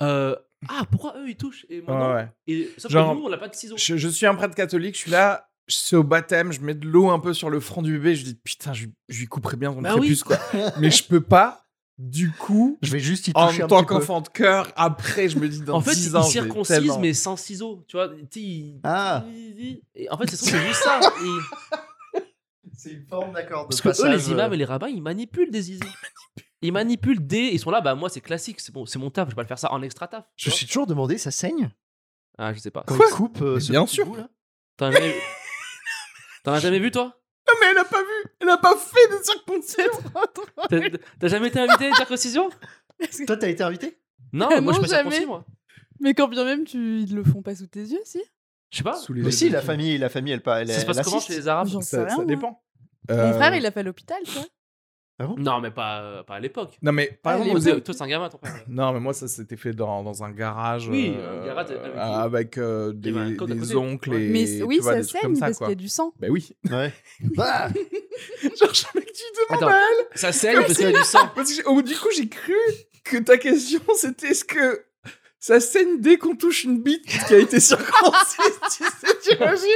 Speaker 3: euh, ah, pourquoi eux, ils touchent et moi,
Speaker 1: Ouais,
Speaker 3: non
Speaker 1: ouais.
Speaker 3: Et, Sauf
Speaker 1: Genre-
Speaker 3: que nous, on n'a pas de ciseaux.
Speaker 1: Je, je suis un prêtre catholique, je suis là, je suis au baptême, je mets de l'eau un peu sur le front du bébé, je dis putain, je, lui- je lui couperai bien son
Speaker 3: Bah
Speaker 1: prépuce, quoi. Mais je peux pas. Du coup,
Speaker 2: Je vais juste y
Speaker 1: en
Speaker 2: toucher un
Speaker 1: tant
Speaker 2: petit peu.
Speaker 1: qu'enfant de cœur, après, je me dis dans
Speaker 3: En fait,
Speaker 1: 10
Speaker 3: ils
Speaker 1: ans, je vais
Speaker 3: circoncisent,
Speaker 1: tellement-
Speaker 3: mais sans ciseaux. Tu vois, tu sais, ils-
Speaker 2: Ah.
Speaker 3: Et en fait, c'est c'est juste ça. Et-
Speaker 2: C'est une forme d'accord de
Speaker 3: Parce que eux,
Speaker 2: passage,
Speaker 3: les imams
Speaker 2: euh,
Speaker 3: et les rabbins, ils manipulent des idées. Ils manipulent des. Ils sont là, bah moi c'est classique, c'est bon, c'est mon taf, je vais pas le faire ça en extra taf. tu
Speaker 2: Je me
Speaker 3: vois.
Speaker 2: suis toujours demandé, ça saigne
Speaker 3: Ah, je sais pas.
Speaker 2: quand ils coupent euh, ce
Speaker 1: Bien
Speaker 2: petit
Speaker 1: sûr.
Speaker 2: bout, là
Speaker 3: T'en as jamais... T'en as jamais vu toi
Speaker 1: Ah, mais elle a pas vu, elle a pas fait de circoncision.
Speaker 3: T'as t'as jamais été invité à une circoncision
Speaker 2: Toi, t'as été invité
Speaker 3: Non,
Speaker 5: Ah
Speaker 3: moi je
Speaker 5: non,
Speaker 3: suis pas circoncis,
Speaker 5: jamais.
Speaker 3: moi.
Speaker 5: Mais quand bien même, tu... ils le font pas sous tes yeux, si
Speaker 3: Je sais pas.
Speaker 1: les
Speaker 2: Mais si, la famille, la famille, elle pas. Elle,
Speaker 3: Ça
Speaker 2: elle
Speaker 3: se passe comment
Speaker 2: assiste.
Speaker 3: chez les Arabes
Speaker 5: J'en sais
Speaker 1: ça,
Speaker 5: rien.
Speaker 1: ça
Speaker 5: moi.
Speaker 1: dépend.
Speaker 5: Mon
Speaker 1: Euh,
Speaker 5: frère, il a fait à l'hôpital, quoi.
Speaker 3: Non, mais pas, euh, pas à l'époque.
Speaker 1: Non, mais par
Speaker 5: Ah,
Speaker 1: exemple,
Speaker 5: les
Speaker 1: aux-
Speaker 5: bleus.
Speaker 3: Toi, c'est un gamin, ton frère.
Speaker 1: Non, mais moi, ça s'était fait dans, dans un garage.
Speaker 3: Oui,
Speaker 1: euh,
Speaker 3: un garage avec-
Speaker 1: avec euh, des,
Speaker 3: Il y avait un code à
Speaker 1: des
Speaker 3: côté.
Speaker 1: oncles
Speaker 3: Ouais.
Speaker 1: et.
Speaker 5: Mais
Speaker 1: tu
Speaker 5: oui,
Speaker 1: vois,
Speaker 5: ça
Speaker 1: des trucs
Speaker 5: saigne
Speaker 1: comme ça,
Speaker 5: parce qu'il
Speaker 1: quoi.
Speaker 5: y a du sang.
Speaker 1: Ben oui.
Speaker 2: Ouais. Ah
Speaker 1: Genre, je me dis, demain,
Speaker 3: Attends, ça saigne parce qu'il y a du sang.
Speaker 1: Parce que, oh, du coup, j'ai cru que ta question, c'était est-ce que ça saigne dès qu'on touche une bite qui a été circoncise Tu sais, t'imagines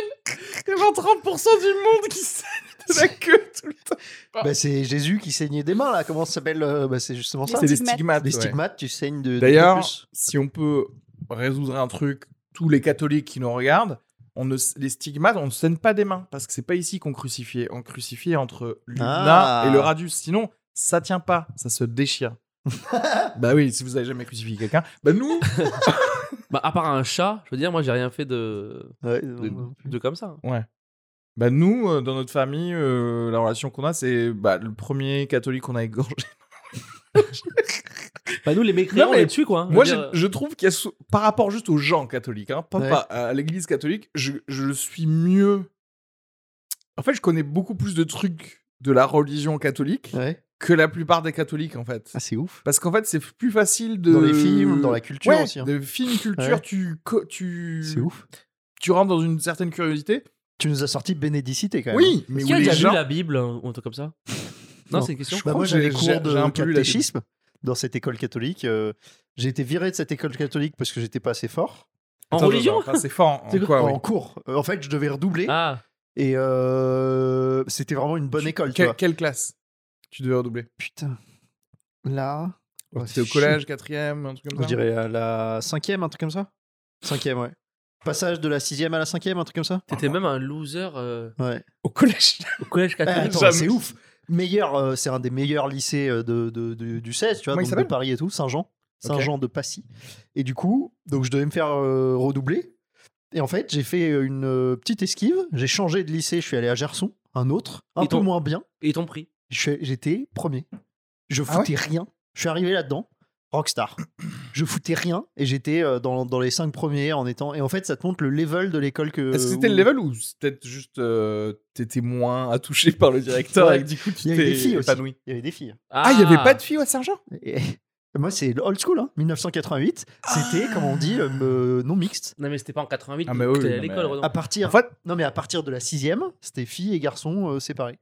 Speaker 1: Il y a genre 30% du monde qui saigne de la queue tout le temps.
Speaker 2: Bah, c'est Jésus qui saignait des mains, là. Comment ça s'appelle euh, bah, C'est justement ça.
Speaker 1: C'est les
Speaker 5: stigmates.
Speaker 1: stigmates.
Speaker 2: Des
Speaker 1: ouais.
Speaker 2: stigmates, tu saignes de. de
Speaker 1: D'ailleurs,
Speaker 2: plus.
Speaker 1: si on peut résoudre un truc, tous les catholiques qui nous regardent, on ne, les stigmates, on ne saigne pas des mains parce que c'est pas ici qu'on crucifiait. On crucifiait entre l'ulna
Speaker 2: Ah.
Speaker 1: et le radius. Sinon, ça tient pas, ça se déchire. bah oui, si vous avez jamais crucifié quelqu'un, bah nous,
Speaker 3: Bah, à part un chat, je veux dire, moi j'ai rien fait de,
Speaker 2: Ouais,
Speaker 3: de,
Speaker 2: non, non.
Speaker 3: de comme ça. hein.
Speaker 1: bah nous, euh, dans notre famille, euh, la relation qu'on a, c'est bah, le premier catholique qu'on a égorgé.
Speaker 3: Bah, nous, les mécréants,
Speaker 1: Non,
Speaker 3: on
Speaker 1: mais
Speaker 3: les tue, quoi. hein.
Speaker 1: Moi,
Speaker 3: Je veux
Speaker 1: je,
Speaker 3: dire,
Speaker 1: je trouve qu'il y a, sou- par rapport juste aux gens catholiques, hein, pas,
Speaker 2: euh, Ouais.
Speaker 1: pas à l'église catholique, je, je suis mieux. En fait, je connais beaucoup plus de trucs de la religion catholique
Speaker 2: euh, Ouais.
Speaker 1: que la plupart des catholiques, en fait.
Speaker 2: Ah, c'est ouf.
Speaker 1: Parce qu'en fait, c'est plus facile de.
Speaker 2: Dans les films, dans la culture
Speaker 1: Ouais,
Speaker 2: aussi. hein.
Speaker 1: de film culture,
Speaker 2: Ouais.
Speaker 1: tu, co- tu,
Speaker 2: C'est ouf.
Speaker 1: tu rentres dans une certaine curiosité.
Speaker 2: Tu nous as sorti Bénédicité quand même. hein.
Speaker 1: Oui, mais
Speaker 3: Est-ce
Speaker 1: où
Speaker 3: qu'il a
Speaker 1: les
Speaker 3: déjà
Speaker 1: gens.
Speaker 3: vu la Bible hein, ou un truc comme ça Non,
Speaker 2: Non.
Speaker 3: c'est une question.
Speaker 2: Bah,
Speaker 1: crois
Speaker 2: moi,
Speaker 1: que
Speaker 2: j'avais
Speaker 1: j'ai- j'ai-
Speaker 2: cours de
Speaker 1: j'ai un peu lu la
Speaker 2: catéchisme dans cette école catholique. euh, j'ai été viré de cette école catholique parce que j'étais pas assez fort.
Speaker 3: En
Speaker 1: Attends,
Speaker 3: religion
Speaker 1: attends, attends, Ah, C'est fort. En, en
Speaker 2: C'est
Speaker 1: quoi,
Speaker 2: en
Speaker 1: oui.
Speaker 2: cours. Euh, En fait, je devais redoubler
Speaker 3: Ah,
Speaker 2: et euh, c'était vraiment une bonne
Speaker 1: Tu-
Speaker 2: école. tu
Speaker 1: quelle-
Speaker 2: vois.
Speaker 1: Quelle classe tu devais redoubler
Speaker 2: Putain. Là. oh,
Speaker 1: C'était au
Speaker 2: shit.
Speaker 1: collège, quatrième, un truc comme
Speaker 2: On
Speaker 1: ça
Speaker 2: dirait à la cinquième, un truc comme ça. Cinquième, ouais. Passage de la sixième à la cinquième, un truc comme ça.
Speaker 3: t'étais même un loser euh,
Speaker 2: Ouais.
Speaker 1: Au collège.
Speaker 3: au collège
Speaker 1: Bah,
Speaker 2: Ah,
Speaker 3: catholique.
Speaker 2: attends,
Speaker 1: jamais.
Speaker 2: c'est ouf. Meilleur, euh, c'est un des meilleurs lycées euh, de, de- de- du 16, tu vois,
Speaker 1: Comment il
Speaker 2: donc de
Speaker 1: s'appelle
Speaker 2: Paris et tout, Saint-Jean, Saint-Jean de Passy. Et du coup, donc je devais me faire euh, redoubler. Et en fait, j'ai fait une euh, petite esquive. J'ai changé de lycée. Je suis allé à Gerson, un autre, un
Speaker 3: Et
Speaker 2: peu
Speaker 3: ton-
Speaker 2: moins bien.
Speaker 3: Et ils t'ont pris.
Speaker 2: Je suis- J'étais premier. Je
Speaker 1: Ah ouais
Speaker 2: foutais rien. Je suis arrivé là-dedans, rockstar. Je foutais rien et j'étais euh, dans, dans les cinq premiers en étant. Et en fait, ça te montre le level de l'école que.
Speaker 1: Est-ce que c'était le
Speaker 2: où-
Speaker 1: level ou peut-être juste euh, t'étais moins à toucher par le directeur
Speaker 2: Ouais.
Speaker 1: et que du coup tu
Speaker 2: Il y avait des
Speaker 1: t'es
Speaker 2: filles aussi.
Speaker 1: épanoui
Speaker 2: Il y avait des filles. hein.
Speaker 1: Ah, il y avait pas de filles à Sergent
Speaker 2: Et- Moi, c'est le old school, hein, 1988. C'était, comme on dit, euh, me- non mixte.
Speaker 3: Non, mais c'était pas en 88.
Speaker 1: Ah,
Speaker 3: donc
Speaker 1: mais oui,
Speaker 3: t'es à
Speaker 1: non,
Speaker 3: l'école,
Speaker 1: mais-
Speaker 3: Renan.
Speaker 2: À partir,
Speaker 1: En fait-
Speaker 2: non mais à partir de la sixième, c'était filles et garçons euh, séparés.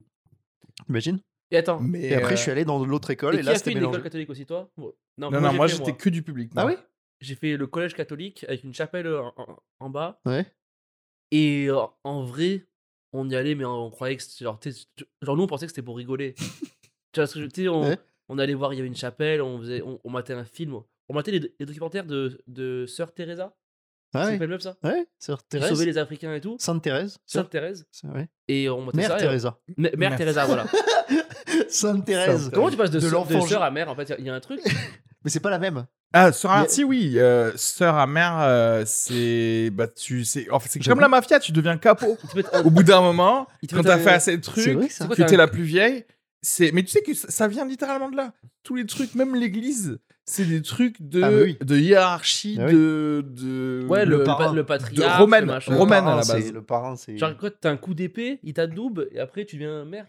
Speaker 2: Imagine.
Speaker 3: Et attends.
Speaker 1: Mais
Speaker 2: Et, après, je suis allé dans l'autre école et,
Speaker 3: et qui
Speaker 2: là,
Speaker 3: a fait
Speaker 2: c'était
Speaker 3: une
Speaker 2: mélangé.
Speaker 3: école catholique aussi, toi Bon,
Speaker 1: Non, non,
Speaker 3: j'ai
Speaker 1: euh, moi
Speaker 3: fait,
Speaker 1: j'étais que du public.
Speaker 2: Ah
Speaker 1: moi.
Speaker 2: oui
Speaker 3: J'ai fait le collège catholique avec une chapelle euh, en, en- en bas.
Speaker 2: Ouais.
Speaker 3: Et euh, en vrai, on y allait, mais on, on croyait que c'était genre, t'sais, tu- genre, nous on pensait que c'était pour rigoler. tu vois ce que je veux dire on,
Speaker 2: Ouais.
Speaker 3: on allait voir, il y avait une chapelle, on, faisait, on, on matait un film. On matait les, do- les documentaires de, de Sœur Teresa.
Speaker 2: Ah
Speaker 3: Ça
Speaker 2: ouais,
Speaker 3: s'appelle même ça.
Speaker 2: ouais, sœur
Speaker 3: Sauver
Speaker 2: Thérèse.
Speaker 3: les Africains et tout.
Speaker 2: Sainte Thérèse.
Speaker 3: Sœur Thérèse.
Speaker 2: Sœur- ouais.
Speaker 3: Et on matait
Speaker 2: Mère
Speaker 3: ça. et-
Speaker 2: Teresa.
Speaker 3: M- Mère,
Speaker 1: Mère.
Speaker 3: Teresa, voilà.
Speaker 2: Sainte Thérèse.
Speaker 3: Comment tu passes de,
Speaker 2: De
Speaker 3: sœur- de
Speaker 2: l'enfant
Speaker 3: sœur à mère En fait, il y, a un truc.
Speaker 2: Mais c'est pas la même.
Speaker 1: Ah, sœur
Speaker 2: Mais-
Speaker 1: Artie, oui. euh, sœur à mère, euh, c'est. Bah, tu sais. En fait, c'est
Speaker 2: J'avoue.
Speaker 1: comme la mafia, tu deviens capot.
Speaker 3: Ils te mettent un-
Speaker 1: Au bout d'un moment,
Speaker 3: ils te
Speaker 1: quand
Speaker 3: mettent
Speaker 1: t'as
Speaker 3: un-
Speaker 1: fait assez de
Speaker 2: C'est
Speaker 1: trucs,
Speaker 2: vrai ça.
Speaker 3: quoi,
Speaker 1: tu
Speaker 3: t'as
Speaker 1: étais
Speaker 3: un-
Speaker 1: la plus vieille. C'est... Mais tu sais que ça- ça vient littéralement de là. Tous les trucs, même l'église, c'est des trucs de,
Speaker 2: Ah, mais oui.
Speaker 1: de hiérarchie,
Speaker 2: Ah oui.
Speaker 1: de, de.
Speaker 3: Ouais, le, le,
Speaker 2: parrain.
Speaker 3: pa- le patriarche.
Speaker 1: Romaine.
Speaker 3: le machin.
Speaker 2: Le
Speaker 1: Romaine,
Speaker 2: parrain,
Speaker 1: à la
Speaker 2: c'est-
Speaker 1: base.
Speaker 2: Le parrain, c'est.
Speaker 3: Genre, quand t'as un coup d'épée, il t'adoube et après tu deviens mère.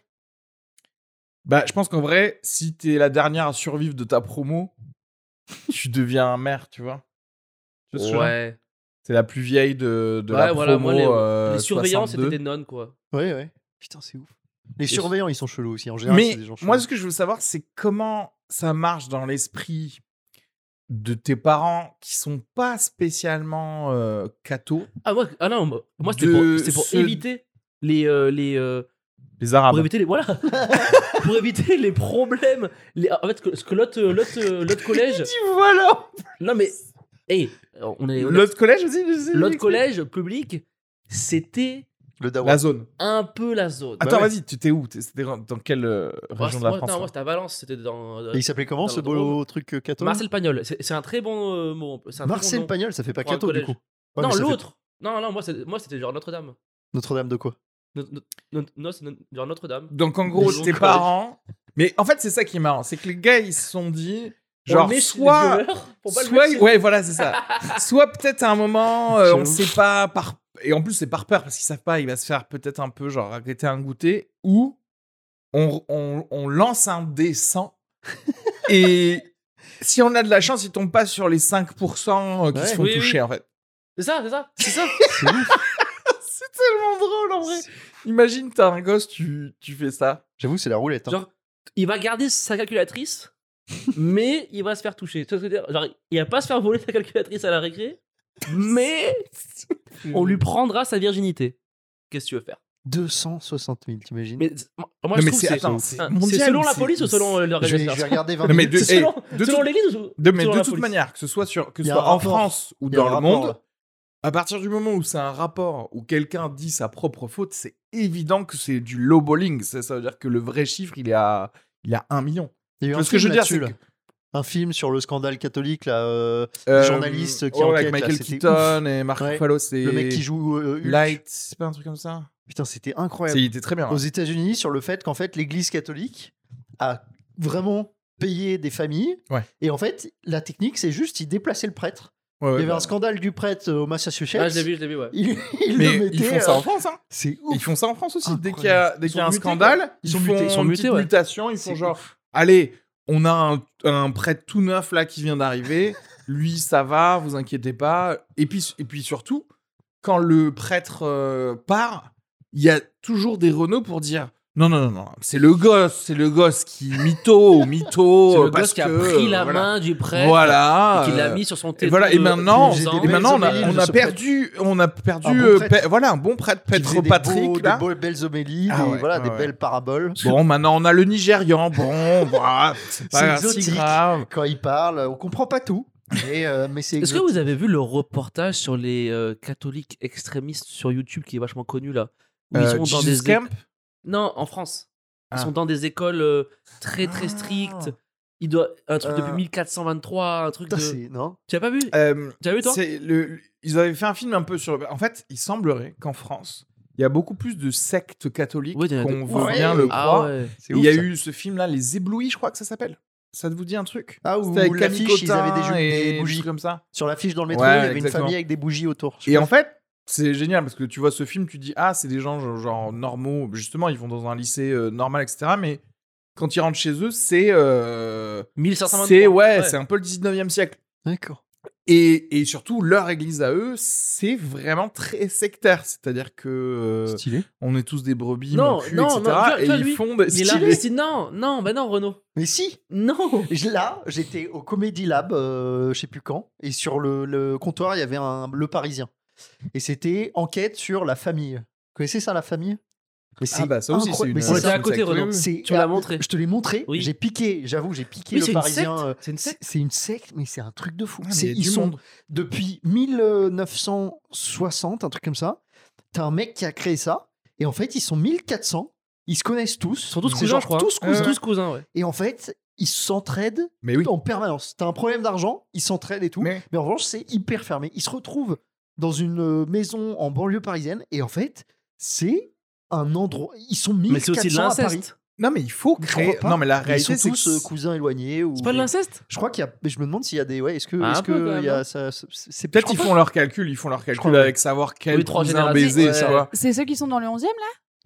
Speaker 1: Bah, je pense qu'en vrai, si t'es la dernière à survivre de ta promo, tu deviens un maire, tu vois. Tu vois ce que je veux dire
Speaker 3: Ouais.
Speaker 1: T'es la plus vieille de, de
Speaker 3: Ouais,
Speaker 1: la
Speaker 3: voilà,
Speaker 1: promo.
Speaker 3: moi, les,
Speaker 1: euh,
Speaker 3: les surveillants, c'était
Speaker 1: 62.
Speaker 3: des nonnes, quoi.
Speaker 2: Ouais, ouais. Putain, c'est ouf. Les
Speaker 1: Et-
Speaker 2: surveillants, ils sont chelous aussi. En général,
Speaker 1: Mais
Speaker 2: c'est des gens chelous.
Speaker 1: moi, ce que je veux savoir, c'est comment ça marche dans l'esprit de tes parents qui sont pas spécialement euh, cathos,
Speaker 3: Ah, moi, ah non, moi, moi, c'était
Speaker 1: De
Speaker 3: pour, c'était pour
Speaker 1: ce- Ah bah.
Speaker 3: éviter les. euh, les euh,
Speaker 1: les arabes.
Speaker 3: pour éviter les. Voilà Pour éviter les problèmes. les- ah, en fait, ce que- ce que l'autre euh, l'autre- l'autre collège.
Speaker 1: voilà
Speaker 3: Non, mais. Hey, on est. on est-
Speaker 1: L'autre collège aussi vas-y,
Speaker 3: L'autre
Speaker 1: explique.
Speaker 3: collège public, c'était
Speaker 2: Le Dawa.
Speaker 1: La zone.
Speaker 3: un peu la zone.
Speaker 1: Attends,
Speaker 2: ouais.
Speaker 1: vas-y, tu t'es où T'es- C'était dans, dans quelle euh,
Speaker 3: Moi,
Speaker 1: Ah, région de
Speaker 3: moi,
Speaker 1: la France
Speaker 3: non, moi,
Speaker 1: là
Speaker 3: c'était à Valence, c'était dans. euh,
Speaker 2: Et il s'appelait comment ce
Speaker 3: Dans le
Speaker 2: beau truc euh, catho
Speaker 3: Marcel Pagnol, c'est c'est un très bon euh, mot. c'est un très bon
Speaker 2: Marcel
Speaker 3: nom.
Speaker 2: Pagnol, ça fait pas
Speaker 3: Pour un
Speaker 2: catho du
Speaker 3: collège.
Speaker 2: coup. Ouais,
Speaker 3: non,
Speaker 2: mais ça fait-
Speaker 3: l'autre. Non, non, moi, c'est- moi, c'était genre Notre-Dame.
Speaker 2: Notre-Dame de quoi
Speaker 3: No- no- no- no- c'est no- genre Notre-Dame.
Speaker 1: Donc en gros,
Speaker 3: Ils ont
Speaker 1: tes
Speaker 3: collé.
Speaker 1: parents. Mais en fait, c'est ça qui est marrant, c'est que les gars, ils se sont dit,
Speaker 3: On
Speaker 1: genre,
Speaker 3: le met chez les
Speaker 1: soit,
Speaker 3: violeurs pour pas le
Speaker 1: soit,
Speaker 3: mettre chez-
Speaker 1: ouais, voilà, c'est ça. soit peut-être à un moment, euh, on
Speaker 3: J'avoue.
Speaker 1: sait pas par. Et en plus, c'est par peur parce qu'ils savent pas, il va se faire peut-être un peu genre regretter un goûter ou on, on- on lance un dé 100 et si on a de la chance, il tombe pas sur les 5% euh, qui
Speaker 2: Ouais.
Speaker 1: se font
Speaker 3: Oui, oui.
Speaker 1: toucher en fait.
Speaker 3: C'est ça, c'est ça, c'est ça.
Speaker 1: C'est tellement drôle en vrai. Imagine, t'as un gosse, tu, tu fais ça.
Speaker 2: J'avoue, c'est la roulette. hein.
Speaker 3: genre, il va garder sa calculatrice, mais il va se faire toucher. Tu vois ce que je veux dire Genre, il va pas se faire voler sa calculatrice à la récré, mais on lui prendra sa virginité. Qu'est-ce que tu veux faire
Speaker 2: 260 000, t'imagines
Speaker 3: Mais c'est- moi,
Speaker 1: Non,
Speaker 3: moi, je
Speaker 1: mais
Speaker 3: trouve
Speaker 1: c'est-
Speaker 3: que
Speaker 1: attends,
Speaker 3: c'est
Speaker 1: c'est
Speaker 3: un- c'est
Speaker 1: mondial,
Speaker 3: selon la
Speaker 1: c'est-
Speaker 3: police ou selon euh,
Speaker 2: je, vais, je
Speaker 3: l'organisation
Speaker 2: vais regarder 20
Speaker 1: Non, mais
Speaker 2: minutes.
Speaker 1: de,
Speaker 3: C'est
Speaker 1: hey,
Speaker 3: selon,
Speaker 1: de
Speaker 3: selon
Speaker 1: toute-
Speaker 3: l'élite ou
Speaker 1: de- mais
Speaker 3: selon
Speaker 1: de
Speaker 3: la
Speaker 1: toute
Speaker 3: police Ah,
Speaker 1: manière, que ce soit, sur, que ce
Speaker 2: Il y a
Speaker 1: soit
Speaker 2: un
Speaker 1: en
Speaker 2: rapport.
Speaker 1: France ou
Speaker 2: Il y a
Speaker 1: dans
Speaker 2: un
Speaker 1: le
Speaker 2: rapport,
Speaker 1: monde,
Speaker 2: là.
Speaker 1: à partir du moment où c'est un rapport où quelqu'un dit sa propre faute, c'est évident que c'est du lowballing. Ça, ça veut dire que le vrai chiffre, il est à, il est à 1 million.
Speaker 2: Il y a eu
Speaker 1: Tu
Speaker 2: un
Speaker 1: vois ce que je
Speaker 2: film
Speaker 1: veux dire
Speaker 2: là-dessus,
Speaker 1: c'est
Speaker 2: là. Un film sur le scandale catholique, là, euh,
Speaker 1: que, euh,
Speaker 2: journaliste qui
Speaker 1: ouais,
Speaker 2: enquête,
Speaker 1: avec
Speaker 2: là,
Speaker 1: Michael
Speaker 2: c'était
Speaker 1: Keaton et Marco
Speaker 2: Ouais.
Speaker 1: Fallo, c'est
Speaker 2: le mec qui joue euh, Hulk.
Speaker 1: Light, c'est pas un truc comme ça
Speaker 2: Putain, c'était
Speaker 1: C'est-
Speaker 2: incroyable.
Speaker 1: Il était très bien.
Speaker 2: Aux États-Unis, sur le fait qu'en fait, l'Église catholique a vraiment payé des familles.
Speaker 1: Ouais.
Speaker 2: Et en fait, la technique, c'est juste, il déplaçait le prêtre.
Speaker 1: Ouais, ouais,
Speaker 2: Il y avait
Speaker 1: bah,
Speaker 2: un scandale du prêtre euh, au Massachusetts.
Speaker 3: Ah, je l'ai vu, je l'ai vu, ouais.
Speaker 2: Il, il
Speaker 1: Mais
Speaker 2: le
Speaker 1: ils font
Speaker 2: mettait.
Speaker 1: ça
Speaker 2: euh,
Speaker 1: en France, hein
Speaker 2: C'est
Speaker 1: Ils
Speaker 2: ouf.
Speaker 1: font ça en France aussi. Dès
Speaker 2: Incroyable.
Speaker 1: qu'il y a, dès
Speaker 2: Ils
Speaker 1: qu'il y a un
Speaker 2: sont mutés,
Speaker 1: scandale,
Speaker 3: Ils
Speaker 1: ils,
Speaker 3: sont
Speaker 1: font
Speaker 3: mutés, ils sont
Speaker 1: une
Speaker 3: mutés,
Speaker 1: petite
Speaker 3: ouais.
Speaker 1: mutation. Ils font
Speaker 3: C'est
Speaker 1: genre, allez, on a un, un prêtre tout neuf là qui vient d'arriver. Lui, ça va, vous inquiétez pas. Et puis, et puis surtout, quand le prêtre euh, part, il y a toujours des Renault pour dire. Non, non, non, non, c'est le gosse, c'est le gosse qui mytho, mytho.
Speaker 3: C'est
Speaker 1: euh,
Speaker 3: le
Speaker 1: parce
Speaker 3: gosse qui a
Speaker 1: que,
Speaker 3: pris
Speaker 1: euh,
Speaker 3: la
Speaker 1: voilà.
Speaker 3: main du prêtre
Speaker 1: Voilà.
Speaker 3: et qui l'a
Speaker 1: euh,
Speaker 3: mis sur son
Speaker 1: et
Speaker 3: téton.
Speaker 1: voilà, et
Speaker 3: de
Speaker 1: maintenant,
Speaker 3: douze
Speaker 1: et
Speaker 3: ans.
Speaker 2: Des
Speaker 1: maintenant, on a, on
Speaker 2: belles
Speaker 1: a
Speaker 2: homélies de ce
Speaker 1: perdu, on a
Speaker 2: Un
Speaker 1: perdu,
Speaker 2: bon
Speaker 1: euh,
Speaker 2: prêtre.
Speaker 1: pe- voilà, un bon prêtre,
Speaker 2: Qui faisait
Speaker 1: Petre
Speaker 2: des
Speaker 1: Patrick,
Speaker 2: beaux-
Speaker 1: là.
Speaker 2: Des beaux- belles homélies,
Speaker 1: Ah
Speaker 2: des-
Speaker 1: ouais,
Speaker 2: voilà,
Speaker 1: ouais,
Speaker 2: des
Speaker 1: ouais.
Speaker 2: belles paraboles.
Speaker 1: Bon, maintenant on a le Nigérian. Bon, bah, c'est pas
Speaker 2: C'est
Speaker 1: si
Speaker 2: exotique.
Speaker 1: grave.
Speaker 2: Quand il parle, on comprend pas tout. Mais, euh, mais c'est.
Speaker 3: Est-ce que vous avez vu le reportage sur les euh, catholiques extrémistes sur YouTube qui est vachement connu là Où
Speaker 1: Euh,
Speaker 3: ils sont dans
Speaker 1: Jesus
Speaker 3: des é-
Speaker 1: Camp
Speaker 3: Non, en France.
Speaker 1: Ah.
Speaker 3: Ils sont dans des écoles euh, très très
Speaker 1: Ah.
Speaker 3: strictes. Il doit un truc depuis
Speaker 1: Euh.
Speaker 3: 1423, un truc
Speaker 2: Putain,
Speaker 3: de.
Speaker 2: c'est- Non
Speaker 3: Tu as pas vu
Speaker 1: Euh,
Speaker 3: Tu as vu toi
Speaker 1: c'est le, ils avaient fait un film un peu sur. En fait, il semblerait qu'en France, il y a beaucoup plus de sectes catholiques
Speaker 3: Oui, il y en a de
Speaker 1: qu'on
Speaker 3: ouf.
Speaker 1: veut
Speaker 2: Ouais.
Speaker 1: bien le
Speaker 3: Ah
Speaker 1: croire.
Speaker 3: ouais.
Speaker 2: C'est
Speaker 1: Il
Speaker 2: ouf,
Speaker 1: y a
Speaker 2: ça.
Speaker 1: eu ce film-là, Les Éblouis, je crois que ça s'appelle. Ça te vous dit un truc
Speaker 2: Ah, où
Speaker 1: C'était avec Camille
Speaker 2: l'affiche, ils
Speaker 1: Cotin
Speaker 2: avaient des, jeux-
Speaker 1: et
Speaker 2: des
Speaker 1: des
Speaker 2: bougies.
Speaker 1: trucs comme ça.
Speaker 2: Sur l'affiche dans le métro,
Speaker 1: Ouais,
Speaker 2: il y avait une
Speaker 1: exactement.
Speaker 2: famille avec des bougies autour. Je
Speaker 1: Et
Speaker 2: sais
Speaker 1: en
Speaker 2: pas.
Speaker 1: fait, c'est génial parce que tu vois ce film, tu dis ah c'est des gens genre, genre normaux, justement ils vont dans un lycée euh, normal etc. Mais quand ils rentrent chez eux, c'est euh,
Speaker 3: 1523.
Speaker 1: c'est ouais, c'est un peu le 19e siècle.
Speaker 2: D'accord.
Speaker 1: Et, et surtout leur église à eux, c'est vraiment très sectaire, c'est-à-dire que euh,
Speaker 2: Stylé.
Speaker 1: on est tous des brebis,
Speaker 3: Non,
Speaker 1: mon cul,
Speaker 3: non,
Speaker 1: etc.
Speaker 3: non, toi-
Speaker 1: et
Speaker 3: toi,
Speaker 1: ils
Speaker 3: lui,
Speaker 1: font des
Speaker 3: Il est là,
Speaker 1: stylés.
Speaker 3: mais c'est- non, non, bah non, Renaud.
Speaker 2: Mais si
Speaker 3: Non.
Speaker 2: Je- Là, j'étais au Comedy Lab, euh, je sais plus quand, et sur le, le comptoir, il y avait un Le Parisien. Et c'était enquête sur la famille. Vous connaissez ça, la famille Mais
Speaker 1: Ah bah ça aussi c'est
Speaker 2: incroyable.
Speaker 1: une
Speaker 2: Mais
Speaker 3: c'est
Speaker 2: ça.
Speaker 3: à côté,
Speaker 1: secte,
Speaker 3: Renaud.
Speaker 1: oui, oui.
Speaker 2: C'est-
Speaker 3: Tu me l'as
Speaker 2: ah,
Speaker 3: montré.
Speaker 2: Je te l'ai montré.
Speaker 3: Oui.
Speaker 2: J'ai piqué, j'avoue, j'ai piqué
Speaker 3: Oui,
Speaker 2: le
Speaker 3: c'est une
Speaker 2: Parisien.
Speaker 3: secte.
Speaker 2: euh,
Speaker 3: C'est une secte.
Speaker 2: c'est- C'est une secte, mais c'est un truc de fou.
Speaker 1: Ouais, mais
Speaker 2: C'est-
Speaker 1: il y a
Speaker 2: ils
Speaker 1: du
Speaker 2: sont
Speaker 1: monde.
Speaker 2: depuis 1960, un truc comme ça. T'as un mec qui a créé ça, et en fait, ils sont 1400. Ils se connaissent tous.
Speaker 3: Ils sont tous
Speaker 2: C'est
Speaker 3: cousins,
Speaker 2: genre
Speaker 3: je crois.
Speaker 2: Tous cousins.
Speaker 3: Ils sont tous cousins, ouais. Eh
Speaker 2: Et en fait, ils s'entraident
Speaker 1: Mais oui.
Speaker 2: en permanence. T'as un problème d'argent, ils s'entraident et tout.
Speaker 1: Mais-
Speaker 2: Mais en revanche, c'est hyper fermé. Ils se retrouvent dans une euh, maison en banlieue parisienne et en fait, c'est un endroit. Ils sont
Speaker 3: Mais c'est aussi de
Speaker 2: 1400 à Paris.
Speaker 3: l'inceste.
Speaker 1: non mais il faut
Speaker 2: Mais je
Speaker 1: créer.
Speaker 2: comprends
Speaker 3: hein.
Speaker 2: pas.
Speaker 1: Non mais la
Speaker 2: Ils sont
Speaker 1: réalité c'est
Speaker 2: tous
Speaker 1: que
Speaker 2: euh, cousins éloignés. Ou...
Speaker 3: C'est pas de l'inceste
Speaker 2: Je crois qu'il y a. mais Je me demande s'il y a des. Ouais, est-ce que.
Speaker 3: Ah, un
Speaker 2: est-ce
Speaker 3: peu, quand
Speaker 2: que il y a
Speaker 3: même.
Speaker 2: ça- c'est- c'est-
Speaker 1: Peut-être
Speaker 2: je
Speaker 1: ils
Speaker 2: crois
Speaker 1: font leur calcul, ils font leur
Speaker 2: crois
Speaker 1: calcul
Speaker 2: pas.
Speaker 1: avec savoir quel
Speaker 3: Oui, trois
Speaker 1: cousin
Speaker 3: générations,
Speaker 1: baiser,
Speaker 3: ouais.
Speaker 1: tu vois.
Speaker 5: C'est ceux qui sont dans le 11 e là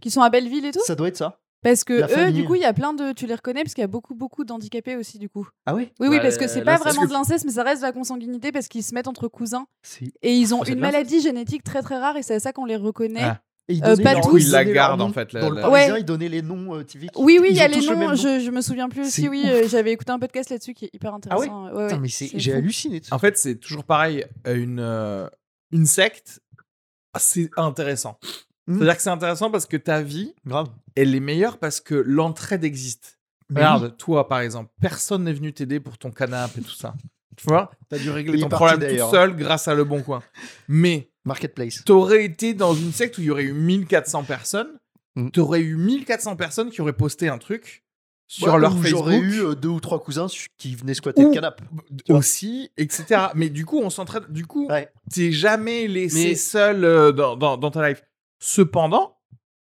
Speaker 5: Qui sont à Belleville et tout
Speaker 2: Ça doit être ça.
Speaker 5: Parce que
Speaker 2: La
Speaker 5: eux,
Speaker 2: famille.
Speaker 5: du coup, il y a plein de. Tu les reconnais parce qu'il y a beaucoup, beaucoup d'handicapés aussi, du coup.
Speaker 2: Ah oui
Speaker 5: Oui, oui,
Speaker 3: Ouais,
Speaker 5: parce que c'est
Speaker 3: euh,
Speaker 5: pas
Speaker 3: l'inceste.
Speaker 5: vraiment de l'inceste, mais ça reste de la consanguinité parce qu'ils se mettent entre cousins
Speaker 2: Si.
Speaker 5: et ils ont
Speaker 3: Ah, c'est
Speaker 5: une
Speaker 3: de l'inceste.
Speaker 5: maladie génétique très, très rare et c'est à ça qu'on les reconnaît.
Speaker 1: Ah.
Speaker 2: Et ils
Speaker 5: Euh,
Speaker 2: donnaient
Speaker 5: pas
Speaker 2: leurs-
Speaker 5: tous. Ils
Speaker 2: ils
Speaker 1: la
Speaker 2: donnaient
Speaker 1: gardent,
Speaker 2: leurs
Speaker 1: en
Speaker 2: noms.
Speaker 1: fait, la-
Speaker 2: Dans le
Speaker 1: la-
Speaker 2: Parisien,
Speaker 5: Ouais.
Speaker 2: ils donnaient les noms euh, typiques.
Speaker 5: Oui, oui,
Speaker 2: Ils
Speaker 5: il y a
Speaker 2: ont
Speaker 5: les
Speaker 2: tous le même nom.
Speaker 5: noms. Je, je me souviens plus.
Speaker 2: C'est
Speaker 5: Si oui,
Speaker 2: ouf.
Speaker 5: euh, j'avais écouté un podcast là-dessus qui est hyper
Speaker 2: Ah ouais
Speaker 5: intéressant. ouais, ouais.
Speaker 2: Putain, mais c'est-
Speaker 5: c'est
Speaker 2: j'ai
Speaker 5: fou.
Speaker 2: halluciné.
Speaker 1: En fait, c'est toujours pareil. euh, Une, euh, une secte, c'est intéressant.
Speaker 2: Mm.
Speaker 1: C'est-à-dire que c'est intéressant parce que ta vie,
Speaker 2: Grave.
Speaker 1: elle est meilleure parce que l'entraide existe.
Speaker 2: Mais
Speaker 1: Regarde,
Speaker 2: oui.
Speaker 1: toi, par exemple, personne n'est venu t'aider pour ton canapé et tout ça. Tu vois T'as dû régler
Speaker 2: Il est
Speaker 1: ton
Speaker 2: parti,
Speaker 1: problème tout
Speaker 2: d'ailleurs.
Speaker 1: seul grâce à Le Bon Coin. Mais
Speaker 2: Marketplace.
Speaker 1: t'aurais été dans une secte où il y aurait eu 1400 personnes.
Speaker 2: Mm.
Speaker 1: T'aurais eu 1400 personnes qui auraient posté un truc sur
Speaker 2: Ouais,
Speaker 1: leur
Speaker 2: où
Speaker 1: Facebook.
Speaker 2: J'aurais eu euh, deux ou trois cousins su- qui venaient squatter
Speaker 1: Ou-
Speaker 2: le canapé. Tu vois.
Speaker 1: aussi, etc. Mais du coup, on s'entraide. Du coup,
Speaker 2: Ouais.
Speaker 1: t'es jamais laissé
Speaker 3: Mais-
Speaker 1: seul euh, dans, dans- dans ta life. Cependant,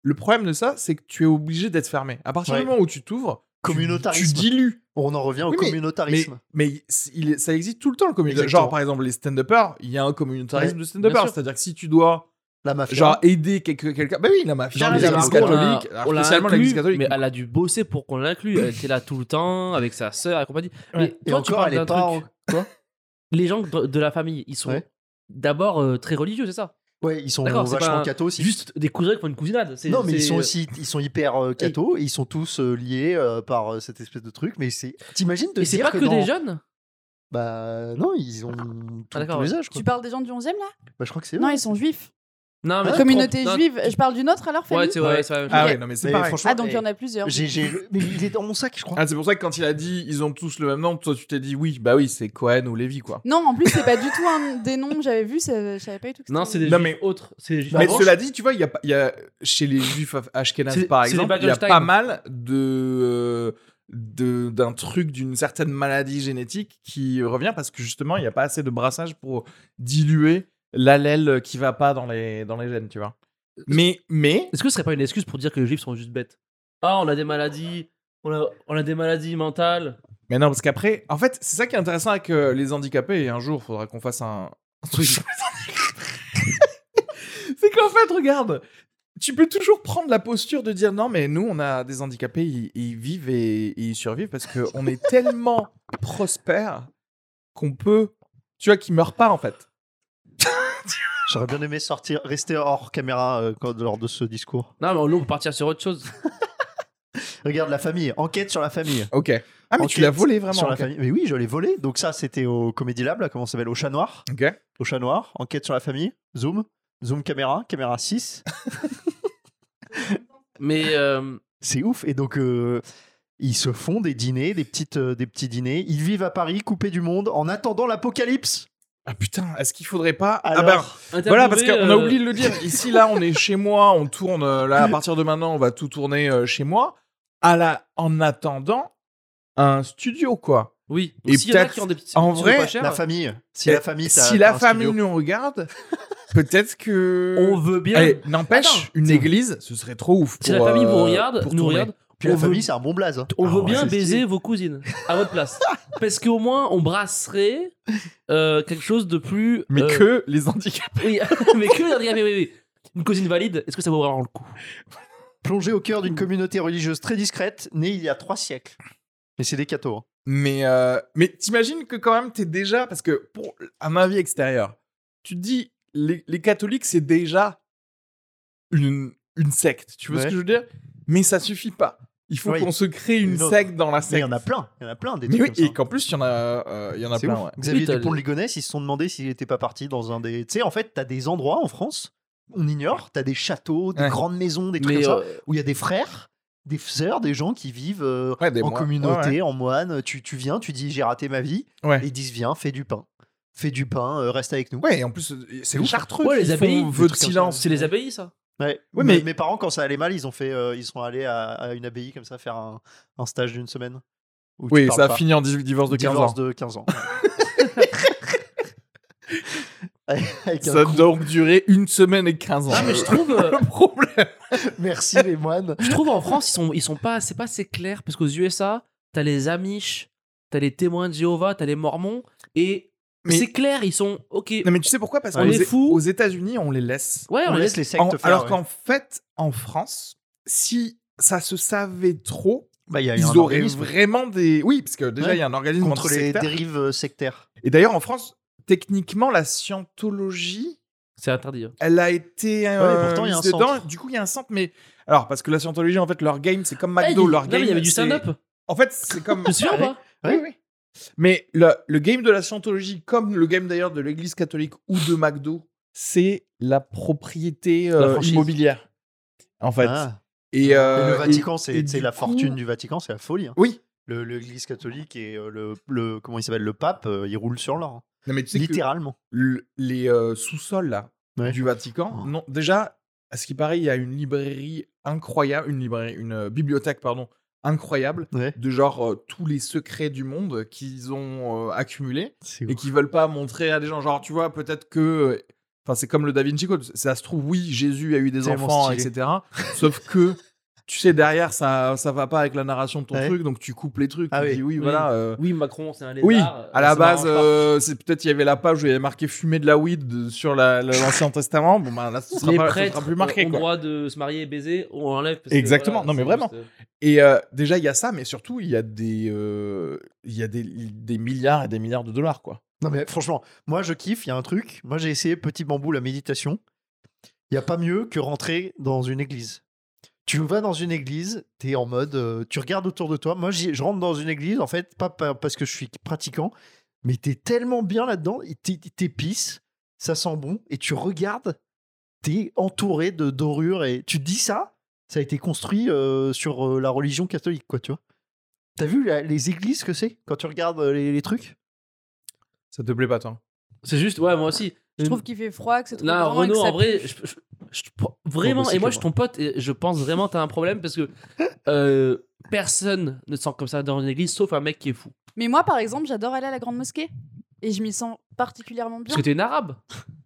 Speaker 1: le problème de ça, c'est que tu es obligé d'être fermé. À partir du
Speaker 2: Ouais.
Speaker 1: moment où tu t'ouvres, tu- tu,
Speaker 2: Communautarisme.
Speaker 1: dilues.
Speaker 2: On en revient au
Speaker 1: Oui, mais-
Speaker 2: communautarisme.
Speaker 1: Mais, mais il- ça existe tout le temps, le communautarisme.
Speaker 2: Exactement.
Speaker 1: Genre, par exemple, les stand-uppers, il y a un communautarisme
Speaker 2: Ouais,
Speaker 1: de
Speaker 3: bien
Speaker 1: stand-uppers.
Speaker 3: sûr.
Speaker 1: C'est-à-dire que si tu dois
Speaker 2: La mafia.
Speaker 1: genre, aider quelque- quelqu'un. Bah oui, la mafia,
Speaker 2: Genre,
Speaker 1: les
Speaker 2: les
Speaker 1: églises
Speaker 2: Arabes, on
Speaker 1: catholiques, alors spécialement
Speaker 3: inclus,
Speaker 1: l'église catholique.
Speaker 3: Mais elle a dû bosser pour qu'on l'inclue. Elle était là tout le temps avec sa sœur et compagnie. Mais
Speaker 1: Ouais.
Speaker 2: Et
Speaker 3: toi, tu
Speaker 2: encore,
Speaker 3: parles
Speaker 2: elle est
Speaker 3: d'un
Speaker 2: pas.
Speaker 3: truc.
Speaker 2: en- Quoi
Speaker 3: Les gens de de la famille, ils sont
Speaker 2: Ouais.
Speaker 3: d'abord euh, très religieux, c'est ça
Speaker 2: Ouais, ils sont
Speaker 3: D'accord, c'est
Speaker 2: vachement
Speaker 3: pas un-
Speaker 2: cathos. aussi.
Speaker 3: Juste des cousins qui font une cousinade. c'est-
Speaker 2: Non, mais ils
Speaker 3: c'est- euh,
Speaker 2: sont aussi, ils sont hyper euh, cathos et ils sont tous euh, liés euh, par euh, cette espèce de truc. Mais c'est, t'imagines de
Speaker 3: Et c'est
Speaker 2: dire
Speaker 3: pas que, des
Speaker 2: dans-
Speaker 3: jeunes
Speaker 2: Bah non, ils ont tous-
Speaker 3: d'accord,
Speaker 2: tous les
Speaker 3: ouais.
Speaker 2: âges. Quoi.
Speaker 5: Tu parles des gens du 11e là
Speaker 2: Bah, je crois que c'est. eux.
Speaker 5: Non, ils sont juifs.
Speaker 3: Non, mais
Speaker 5: La
Speaker 3: tu
Speaker 5: communauté
Speaker 3: comprends- Hein non,
Speaker 5: juive. Je parle d'une autre alors, famille
Speaker 3: Ouais, c'est ouais, c'est la même chose.
Speaker 1: Ah ouais, non, mais c'est
Speaker 2: Mais
Speaker 1: pareil.
Speaker 2: franchement,
Speaker 5: Ah, donc il y en a plusieurs.
Speaker 2: J'ai, j'ai... Mais il est dans mon sac, je crois.
Speaker 1: Ah, c'est pour ça que quand il a dit ils ont tous le même nom, toi tu t'es dit oui, bah oui, c'est Cohen ou Lévy quoi.
Speaker 5: Non, en plus, c'est pas du tout un des noms que j'avais vu, ça- je savais pas du tout que
Speaker 3: Non, c'est
Speaker 5: c'était-
Speaker 3: des
Speaker 1: Non,
Speaker 3: juifs
Speaker 1: mais-
Speaker 3: autres. C'est des juifs
Speaker 1: Mais
Speaker 3: blancs.
Speaker 1: cela dit, tu vois, il y a, pas- il y a- chez les juifs af- ashkénazes
Speaker 3: C'est-
Speaker 1: par
Speaker 3: c'est les
Speaker 1: exemple, il y a
Speaker 3: Wittgenstein.
Speaker 1: pas mal de euh, de- d'un truc d'une certaine maladie génétique qui revient parce que justement il n'y a pas assez de brassage pour diluer l'allèle qui va pas dans les dans les gènes, tu vois. Mais mais
Speaker 3: Est-ce que ce serait pas une excuse pour dire que les juifs sont juste bêtes Ah, on a des maladies. On a, on a des maladies mentales.
Speaker 1: mais non parce qu'après, en fait, c'est ça qui est intéressant avec euh, les handicapés. Et un jour, il faudra qu'on fasse un, un truc. sur les handicapés. c'est qu'en fait, regarde, tu peux toujours prendre la posture de dire non, mais nous, on a des handicapés, ils, ils vivent et, et ils survivent parce qu'on est tellement prospère qu'on peut. Tu vois, qu'ils meurent pas en fait.
Speaker 2: J'aurais bien aimé sortir, rester hors caméra euh, quand- lors de ce discours.
Speaker 3: Non, mais nous, on peut partir sur autre chose.
Speaker 2: Regarde la famille, enquête sur la famille.
Speaker 1: Ok. Ah, mais tu
Speaker 2: Enquête
Speaker 1: l'as volé vraiment.
Speaker 2: sur la
Speaker 1: ok.
Speaker 2: famille. Mais oui, je l'ai volé. Donc ça, c'était au Comedy Lab, là, comment ça s'appelle Au Chat Noir.
Speaker 1: Ok.
Speaker 2: Au Chat Noir, enquête sur la famille, zoom, zoom caméra, caméra 6.
Speaker 3: Mais euh,
Speaker 2: C'est ouf. Et donc, euh, ils se font des dîners, des, petites, euh, des petits dîners. Ils vivent à Paris, coupés du monde, en attendant l'apocalypse.
Speaker 1: Ah putain, est-ce qu'il faudrait pas. Ah
Speaker 2: Alors,
Speaker 1: ben, Voilà, parce qu'on
Speaker 3: interviewer,
Speaker 1: a
Speaker 3: euh,
Speaker 1: oublié de le dire. Ici, là, on est chez moi, on tourne. euh, Là, à partir de maintenant, on va tout tourner euh, chez moi. À la, en attendant, un studio, quoi.
Speaker 3: Oui.
Speaker 1: Et
Speaker 3: S'il y en a
Speaker 1: peut-être-
Speaker 3: qui ont des petits
Speaker 1: en
Speaker 3: petits
Speaker 1: vrai,
Speaker 3: trucs pas chers,
Speaker 2: la famille. Si
Speaker 1: Et
Speaker 2: la famille, t'as-
Speaker 1: si
Speaker 2: t'as
Speaker 1: la
Speaker 2: un
Speaker 1: famille
Speaker 2: studio.
Speaker 1: nous regarde, peut-être que.
Speaker 3: on veut bien.
Speaker 1: Allez, n'empêche,
Speaker 3: Attends.
Speaker 1: une église, ce serait trop ouf.
Speaker 3: si la
Speaker 1: pour,
Speaker 3: famille
Speaker 1: euh,
Speaker 3: vous regarde,
Speaker 1: pour
Speaker 3: nous
Speaker 1: tourner.
Speaker 3: regarde,
Speaker 2: Puis la
Speaker 3: on veut-
Speaker 2: famille, c'est un bon blaze. hein.
Speaker 3: on
Speaker 2: Ah
Speaker 3: veut
Speaker 2: ouais,
Speaker 3: bien
Speaker 2: c'est
Speaker 3: baiser
Speaker 2: stylé.
Speaker 3: vos cousines à votre place. Parce qu'au moins, on brasserait euh, quelque chose de plus.
Speaker 1: Mais
Speaker 3: euh,
Speaker 1: que les handicapés.
Speaker 3: oui, mais que. regardez, oui, oui, oui. Une cousine valide, est-ce que ça vaut vraiment le coup
Speaker 2: Plongé au cœur d'une communauté religieuse très discrète, née il y a trois siècles. Mais c'est des cathos. hein.
Speaker 1: Mais, euh, mais t'imagines que quand même, t'es déjà. Parce que, pour un avis extérieur, tu te dis, les, les catholiques, c'est déjà une, une secte. Tu vois ce
Speaker 2: Ouais.
Speaker 1: que je veux dire Mais ça suffit pas. Il faut
Speaker 2: Oui.
Speaker 1: qu'on se crée une,
Speaker 2: Une autre.
Speaker 1: secte dans la
Speaker 2: Mais il
Speaker 1: secte.
Speaker 2: y en a plein. Il y en a plein des
Speaker 1: Mais
Speaker 2: trucs
Speaker 1: oui,
Speaker 2: comme ça.
Speaker 1: et qu'en plus, il y en a, euh, il y en a
Speaker 2: C'est
Speaker 1: plein,
Speaker 2: ouf.
Speaker 1: ouais.
Speaker 2: Xavier
Speaker 3: Oui, t'as
Speaker 2: Dupont de
Speaker 3: le-
Speaker 2: Ligonnès, ils se sont demandé s'il n'était pas parti dans un des. Tu sais, en fait, t'as des endroits en France, on ignore, t'as des châteaux, des
Speaker 1: Ouais.
Speaker 2: grandes maisons, des trucs
Speaker 3: Mais
Speaker 2: comme ça,
Speaker 3: euh,
Speaker 2: où il y a des frères, des sœurs, des gens qui vivent euh,
Speaker 1: Ouais, des
Speaker 2: en
Speaker 1: mois-
Speaker 2: communauté,
Speaker 1: ouais,
Speaker 2: en moine. Tu, tu viens, tu dis j'ai raté ma vie.
Speaker 1: Ouais.
Speaker 2: Et ils disent viens, fais du pain. Fais du pain, euh, reste avec nous.
Speaker 1: Ouais, et en plus, euh, c'est les chartreux
Speaker 3: Ouais,
Speaker 1: qui
Speaker 3: les
Speaker 1: font
Speaker 3: abbayes,
Speaker 1: vœu
Speaker 2: des
Speaker 1: de
Speaker 2: trucs comme ça.
Speaker 1: silence.
Speaker 3: c'est les abbayes, ça
Speaker 2: Ouais.
Speaker 1: Ouais,
Speaker 2: mais...
Speaker 1: mais-
Speaker 2: mes parents, quand ça allait mal, ils, ont fait, euh, ils sont allés à, à une abbaye comme ça faire un, un stage d'une semaine. où tu
Speaker 1: Oui,
Speaker 2: parles
Speaker 1: ça
Speaker 2: pas.
Speaker 1: finit en di- divorce de 15
Speaker 2: Divorce
Speaker 1: ans.
Speaker 2: de 15 ans. Avec un
Speaker 1: Ça a
Speaker 2: coup-
Speaker 1: donc duré une semaine et 15 ans.
Speaker 3: Ah, mais je trouve. euh,
Speaker 1: Le problème.
Speaker 2: Merci les moines.
Speaker 3: Je trouve en France, ils sont, ils sont pas, c'est pas assez clair parce qu'aux USA, t'as les Amish, t'as les témoins de Jéhovah, t'as les Mormons et
Speaker 1: Mais-
Speaker 3: c'est clair, ils sont ok.
Speaker 1: Non, mais tu sais pourquoi Parce
Speaker 3: On
Speaker 1: qu'aux
Speaker 3: est
Speaker 1: é-
Speaker 3: fous.
Speaker 1: aux États-Unis, on les laisse.
Speaker 3: ouais,
Speaker 2: On
Speaker 3: on les
Speaker 2: laisse les sectes
Speaker 1: En-
Speaker 2: faire.
Speaker 1: alors
Speaker 2: ouais.
Speaker 1: qu'en fait, en France, si ça se savait trop.
Speaker 2: Bah, il y a eu un
Speaker 1: Ils auraient
Speaker 2: organisme
Speaker 1: vraiment des. Oui, parce que déjà, il
Speaker 2: Ouais.
Speaker 1: y a un organisme
Speaker 2: contre les
Speaker 1: antisectaire.
Speaker 2: dérives euh, sectaires.
Speaker 1: Et d'ailleurs, en France, techniquement, la scientologie,
Speaker 3: C'est interdit. hein.
Speaker 1: elle a été. euh,
Speaker 2: pourtant, il y a
Speaker 1: mise
Speaker 2: un
Speaker 1: dedans.
Speaker 2: centre.
Speaker 1: Du coup, il y a un centre, mais. Alors, parce que la scientologie, en fait, leur game, c'est comme McDo.
Speaker 3: Ah, il-
Speaker 1: leur
Speaker 3: non,
Speaker 1: game.
Speaker 3: mais il y avait du
Speaker 1: c'est-
Speaker 3: stand-up.
Speaker 1: En fait, c'est comme.
Speaker 3: Tu te souviens ou pas
Speaker 1: Oui, oui. Mais le, le game de la scientologie, comme le game d'ailleurs de l'église catholique ou de McDo, c'est la propriété euh,
Speaker 3: La franchise.
Speaker 1: immobilière. En fait.
Speaker 2: Ah.
Speaker 1: Bah, Et,
Speaker 2: Et
Speaker 1: euh,
Speaker 2: le Vatican,
Speaker 1: et
Speaker 2: c'est c'est
Speaker 1: du
Speaker 2: la
Speaker 1: coup-
Speaker 2: fortune du Vatican, c'est la folie. hein.
Speaker 1: et- Oui.
Speaker 2: Le- L'Église catholique et euh, le, le- comment il s'appelle le pape, euh, il roule sur l'or, hein.
Speaker 1: Non, mais tu sais que
Speaker 2: littéralement.
Speaker 1: le- les euh, sous-sols là,
Speaker 2: Ouais.
Speaker 1: du Vatican,
Speaker 2: Oh.
Speaker 1: non, déjà, à ce qui paraît, il y a une librairie incroyable, une, librairie, une euh, bibliothèque, pardon, incroyable,
Speaker 2: Ouais.
Speaker 1: de genre euh, tous les secrets du monde qu'ils ont euh, accumulés.
Speaker 2: C'est
Speaker 1: et qui veulent pas montrer à des gens. Genre, tu vois, peut-être que. Enfin, c'est comme le Da Vinci Code. Ça se trouve, oui, Jésus a eu des
Speaker 2: Tellement
Speaker 1: enfants,
Speaker 2: stylé.
Speaker 1: etc. Sauf que, tu sais, derrière, ça, ça va pas avec la narration de ton
Speaker 2: Ouais.
Speaker 1: truc, donc tu coupes les trucs.
Speaker 2: Ah
Speaker 1: tu
Speaker 2: oui.
Speaker 1: dis, oui,
Speaker 3: Oui.
Speaker 1: voilà. euh,
Speaker 3: Oui, Macron, c'est un lézard.
Speaker 1: Oui,
Speaker 3: euh,
Speaker 1: à la
Speaker 3: ça
Speaker 1: base,
Speaker 3: m'arrange pas.
Speaker 1: euh, c'est peut-être il y avait la page où il y avait marqué fumer de la weed de- sur la- la- l'Ancien Testament. Bon, ben là, ce sera,
Speaker 3: les
Speaker 1: pas- ce
Speaker 3: prêtres
Speaker 1: sera plus marqué.
Speaker 3: ont
Speaker 1: quoi.
Speaker 3: droit de se marier et baiser, on enlève. parce que,
Speaker 1: Exactement.
Speaker 3: voilà,
Speaker 1: Non, mais
Speaker 3: c'est
Speaker 1: vraiment.
Speaker 3: juste, euh,
Speaker 1: Et euh, déjà, il y a ça, mais surtout, il y a, des, euh, il y a des, des milliards et des milliards de dollars, quoi.
Speaker 2: Non mais franchement, moi je kiffe, il y a un truc. Moi j'ai essayé Petit Bambou, la méditation. Il n'y a pas mieux que rentrer dans une église. Tu vas dans une église, tu es en mode, euh, tu regardes autour de toi. Moi j'y- je rentre dans une église, en fait, pas pa- parce que je suis pratiquant, mais tu es tellement bien là-dedans, et t'es- t'épices, ça sent bon, et tu regardes, tu es entouré de dorures, et tu te dis ça, ça a été construit euh, sur euh, la religion catholique, quoi, tu vois. T'as vu la- les églises que c'est quand tu regardes euh, les- les trucs
Speaker 1: Ça te plaît pas, toi
Speaker 3: C'est juste, ouais, moi aussi.
Speaker 5: Je trouve qu'il fait froid, que c'est trop
Speaker 3: Non,
Speaker 5: grand et que
Speaker 3: Renaud,
Speaker 5: ça
Speaker 3: en
Speaker 5: pue.
Speaker 3: vrai, je, je- je-
Speaker 1: bah,
Speaker 3: vraiment,
Speaker 2: possible
Speaker 3: et moi,
Speaker 2: que
Speaker 3: je suis ton pote, et je pense vraiment t'as un problème parce que euh, personne ne se sent comme ça dans une église sauf un mec qui est fou.
Speaker 5: Mais moi, par exemple, j'adore aller à la grande mosquée. Et je m'y sens particulièrement bien.
Speaker 3: Parce que t'es une arabe.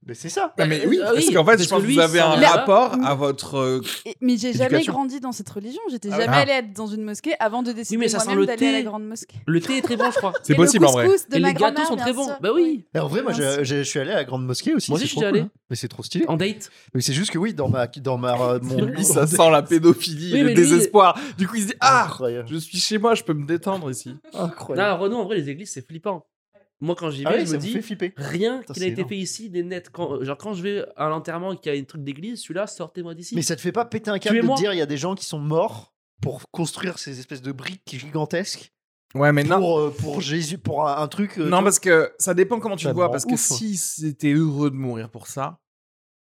Speaker 2: Mais c'est ça. Eh,
Speaker 1: Non, mais
Speaker 3: Euh,
Speaker 1: oui,
Speaker 3: ah
Speaker 1: parce
Speaker 3: oui,
Speaker 1: qu'en fait,
Speaker 3: parce
Speaker 1: je pense
Speaker 3: que
Speaker 1: que
Speaker 3: lui, Mmh.
Speaker 1: vous avez
Speaker 3: ça-
Speaker 1: un
Speaker 5: Là-
Speaker 1: rapport à votre. euh,
Speaker 5: Et- mais j'ai jamais
Speaker 1: Éducation.
Speaker 5: grandi dans cette religion. J'étais
Speaker 1: Ah ouais.
Speaker 5: jamais
Speaker 1: Ah.
Speaker 5: allée être dans une mosquée avant de décider
Speaker 3: mais ça sent
Speaker 5: moi-même
Speaker 3: le
Speaker 5: d'aller à la
Speaker 3: thé.
Speaker 5: grande mosquée.
Speaker 3: Le thé est très bon, je crois.
Speaker 1: C'est
Speaker 5: Et le
Speaker 1: possible, en vrai.
Speaker 5: couscous de
Speaker 3: et
Speaker 5: ma
Speaker 3: les gâteaux
Speaker 5: grand-mère,
Speaker 3: sont
Speaker 5: bien
Speaker 3: très bons.
Speaker 5: sûr.
Speaker 3: Bah oui,
Speaker 2: en vrai, moi,
Speaker 5: Mince.
Speaker 2: j'ai- j'ai- je suis allé à la grande mosquée aussi.
Speaker 3: Moi aussi,
Speaker 2: c'est
Speaker 3: je
Speaker 2: trop
Speaker 3: suis
Speaker 2: cool,
Speaker 3: allé.
Speaker 2: hein. Mais c'est trop stylé.
Speaker 3: en date.
Speaker 2: Mais c'est juste que oui, dans ma, dans ma, euh, mon
Speaker 1: Lui, ça sent la pédophilie,
Speaker 3: Mmh. Oui,
Speaker 1: le
Speaker 3: mais lui,
Speaker 1: désespoir. Du coup, il se dit Ah,
Speaker 2: incroyable.
Speaker 1: je suis chez moi, je peux me détendre ici.
Speaker 2: incroyable.
Speaker 3: Non, Renaud, en vrai, les églises, c'est flippant. Moi, quand j'y vais,
Speaker 2: Ah oui,
Speaker 3: je
Speaker 2: ça
Speaker 3: me
Speaker 2: me
Speaker 3: dis,
Speaker 2: fait flipper.
Speaker 3: rien
Speaker 2: Putain,
Speaker 3: qu'il a
Speaker 2: c'est
Speaker 3: été
Speaker 2: énorme.
Speaker 3: fait ici n'est net. Quand, euh, genre, quand je vais à l'enterrement et qu'il y a une truc d'église, celui-là, sortez-moi d'ici.
Speaker 2: Mais ça te fait pas péter un câble de
Speaker 3: Tuez-moi.
Speaker 2: dire il y a des gens qui sont morts pour construire ces espèces de briques gigantesques
Speaker 1: Ouais, mais non.
Speaker 2: pour, euh, pour Jésus, pour un, un truc. euh,
Speaker 1: Non,
Speaker 2: tu-
Speaker 1: parce que ça dépend comment tu
Speaker 2: Ça
Speaker 1: le
Speaker 2: me
Speaker 1: vois.
Speaker 2: rend
Speaker 1: Parce que
Speaker 2: ouf.
Speaker 1: si c'était heureux de mourir pour ça,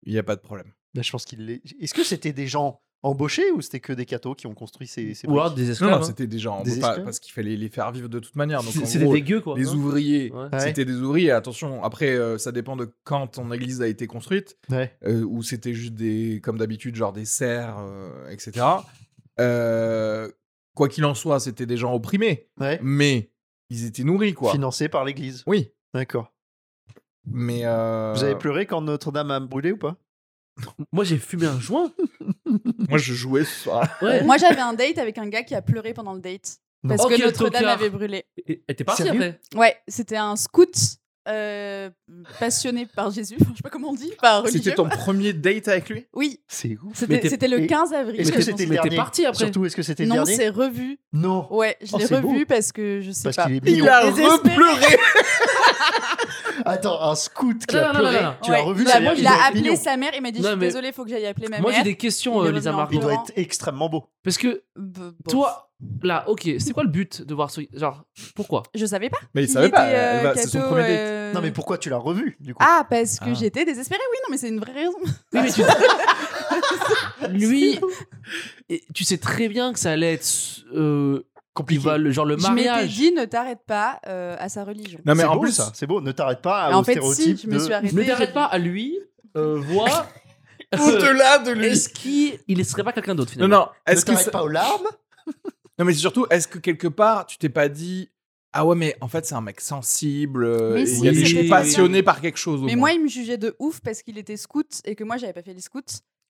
Speaker 1: il n'y a pas de problème.
Speaker 2: Mais Bah, je pense qu'il l'est. Est-ce que c'était des gens embauchés ou c'était que des cathos qui ont construit ces, ces
Speaker 3: Ou
Speaker 2: briques
Speaker 3: alors des
Speaker 1: Non,
Speaker 3: esclaves.
Speaker 1: non,
Speaker 3: hein.
Speaker 1: c'était des gens.
Speaker 2: Des
Speaker 1: pas-
Speaker 2: esclaves.
Speaker 1: parce qu'il fallait les faire vivre de toute manière. Donc, en
Speaker 3: C'est- C'était
Speaker 1: gros,
Speaker 3: des gueux, quoi.
Speaker 1: les
Speaker 3: hein.
Speaker 1: ouvriers.
Speaker 3: Ouais.
Speaker 2: Ouais.
Speaker 1: C'était des ouvriers, attention. Après, euh, ça dépend de quand ton église a été construite.
Speaker 2: Ouais.
Speaker 1: euh, où c'était juste des, comme d'habitude, genre des serfs, euh, etc. Euh, quoi qu'il en soit, c'était des gens opprimés,
Speaker 2: Ouais.
Speaker 1: mais ils étaient nourris, quoi.
Speaker 2: Financés par l'église.
Speaker 1: Oui,
Speaker 2: D'accord.
Speaker 1: mais euh,
Speaker 2: Vous avez pleuré quand Notre-Dame a brûlé ou pas
Speaker 3: Moi, j'ai fumé un joint.
Speaker 1: moi je jouais ce soir.
Speaker 3: Ouais.
Speaker 5: Moi, j'avais un date avec un gars qui a pleuré pendant le date.
Speaker 2: Non.
Speaker 5: Parce
Speaker 3: Oh,
Speaker 5: que
Speaker 3: quel
Speaker 5: Notre-Dame
Speaker 3: tocard.
Speaker 5: avait brûlé.
Speaker 3: Et et t'es parti
Speaker 2: Sérieux
Speaker 3: après.
Speaker 5: Ouais, c'était un scout euh, passionné par Jésus. Enfin, je sais pas comment on dit, par religieux.
Speaker 1: C'était ton premier date avec lui
Speaker 5: Oui,
Speaker 2: C'est ouf.
Speaker 3: Mais
Speaker 5: c'était
Speaker 3: t'es-
Speaker 5: c'était
Speaker 2: et-
Speaker 5: le 15 avril.
Speaker 2: Est-ce
Speaker 5: je
Speaker 2: que
Speaker 5: pense.
Speaker 2: c'était le
Speaker 3: Mais
Speaker 2: dernier
Speaker 3: t'es parti après.
Speaker 2: Surtout, est-ce que c'était le
Speaker 5: Non,
Speaker 2: dernier
Speaker 5: c'est revu.
Speaker 2: Non.
Speaker 5: Ouais, je
Speaker 2: Oh,
Speaker 5: l'ai
Speaker 2: c'est
Speaker 5: revu
Speaker 2: beau.
Speaker 5: parce que je sais
Speaker 2: Parce
Speaker 5: pas.
Speaker 2: qu'il est mignon.
Speaker 5: Il a désespéré.
Speaker 1: repleuré.
Speaker 2: Attends, un scout qui
Speaker 3: Non,
Speaker 2: a
Speaker 3: non, non,
Speaker 2: pleuré.
Speaker 3: non, non.
Speaker 2: Tu
Speaker 5: Ouais,
Speaker 2: as revu
Speaker 5: il
Speaker 2: ça
Speaker 5: a,
Speaker 2: veut dire
Speaker 5: il
Speaker 2: qu'il
Speaker 5: a
Speaker 2: doit être
Speaker 5: appelé
Speaker 2: mignon.
Speaker 5: sa mère, il m'a dit
Speaker 3: Non,
Speaker 5: Je suis
Speaker 3: mais-
Speaker 5: désolée, faut que j'aille appeler ma
Speaker 3: Moi, j'ai
Speaker 5: mère.
Speaker 3: des questions,
Speaker 5: il est
Speaker 3: euh, Lisa
Speaker 5: revenu en
Speaker 3: Marie.
Speaker 2: Il doit
Speaker 5: Laurent.
Speaker 2: être extrêmement beau.
Speaker 3: Parce que
Speaker 5: B- bof.
Speaker 3: toi, là, ok, c'est quoi le but de voir ce. Genre, pourquoi
Speaker 5: Je savais pas.
Speaker 1: Mais il
Speaker 5: qu'il
Speaker 1: savait pas.
Speaker 5: était,
Speaker 1: elle
Speaker 5: euh,
Speaker 1: va- c'est son
Speaker 5: catho,
Speaker 1: premier date.
Speaker 5: euh,
Speaker 2: Non, mais pourquoi tu l'as revu du coup
Speaker 5: Ah, parce que
Speaker 1: Ah.
Speaker 5: j'étais désespérée, oui, non, mais c'est une vraie raison.
Speaker 3: Oui, mais tu. Lui, et tu sais très bien que ça allait être. euh, il va le- genre le
Speaker 5: Je m'étais
Speaker 3: mariage.
Speaker 5: dit Ne t'arrête pas euh, à sa religion.
Speaker 1: Non mais
Speaker 2: C'est
Speaker 1: en
Speaker 2: beau,
Speaker 1: plus,
Speaker 2: ça, c'est beau. Ne t'arrête pas
Speaker 5: Et
Speaker 2: au
Speaker 5: en fait, si,
Speaker 2: stéréotype
Speaker 5: je me
Speaker 2: de-
Speaker 5: suis arrêtée.
Speaker 3: Ne t'arrête
Speaker 5: j'ai-
Speaker 3: pas à lui, euh, vois.
Speaker 1: au-delà de lui.
Speaker 3: Est-ce qu'il il serait pas quelqu'un d'autre
Speaker 1: Non
Speaker 3: finalement
Speaker 1: non,
Speaker 2: Ne
Speaker 1: est-ce que
Speaker 2: t'arrête
Speaker 1: ça-
Speaker 2: pas aux larmes
Speaker 1: non mais surtout, est-ce que quelque part tu t'es pas dit ah ouais mais en fait c'est un mec sensible, euh,
Speaker 5: Mais
Speaker 1: et
Speaker 5: si,
Speaker 1: il y a des
Speaker 3: c'était
Speaker 1: choses
Speaker 3: bien.
Speaker 1: passionnées par quelque chose. au
Speaker 5: Mais
Speaker 1: moins.
Speaker 5: moi, il me jugeait de ouf parce qu'il était scout et que moi, j'avais pas fait les scouts.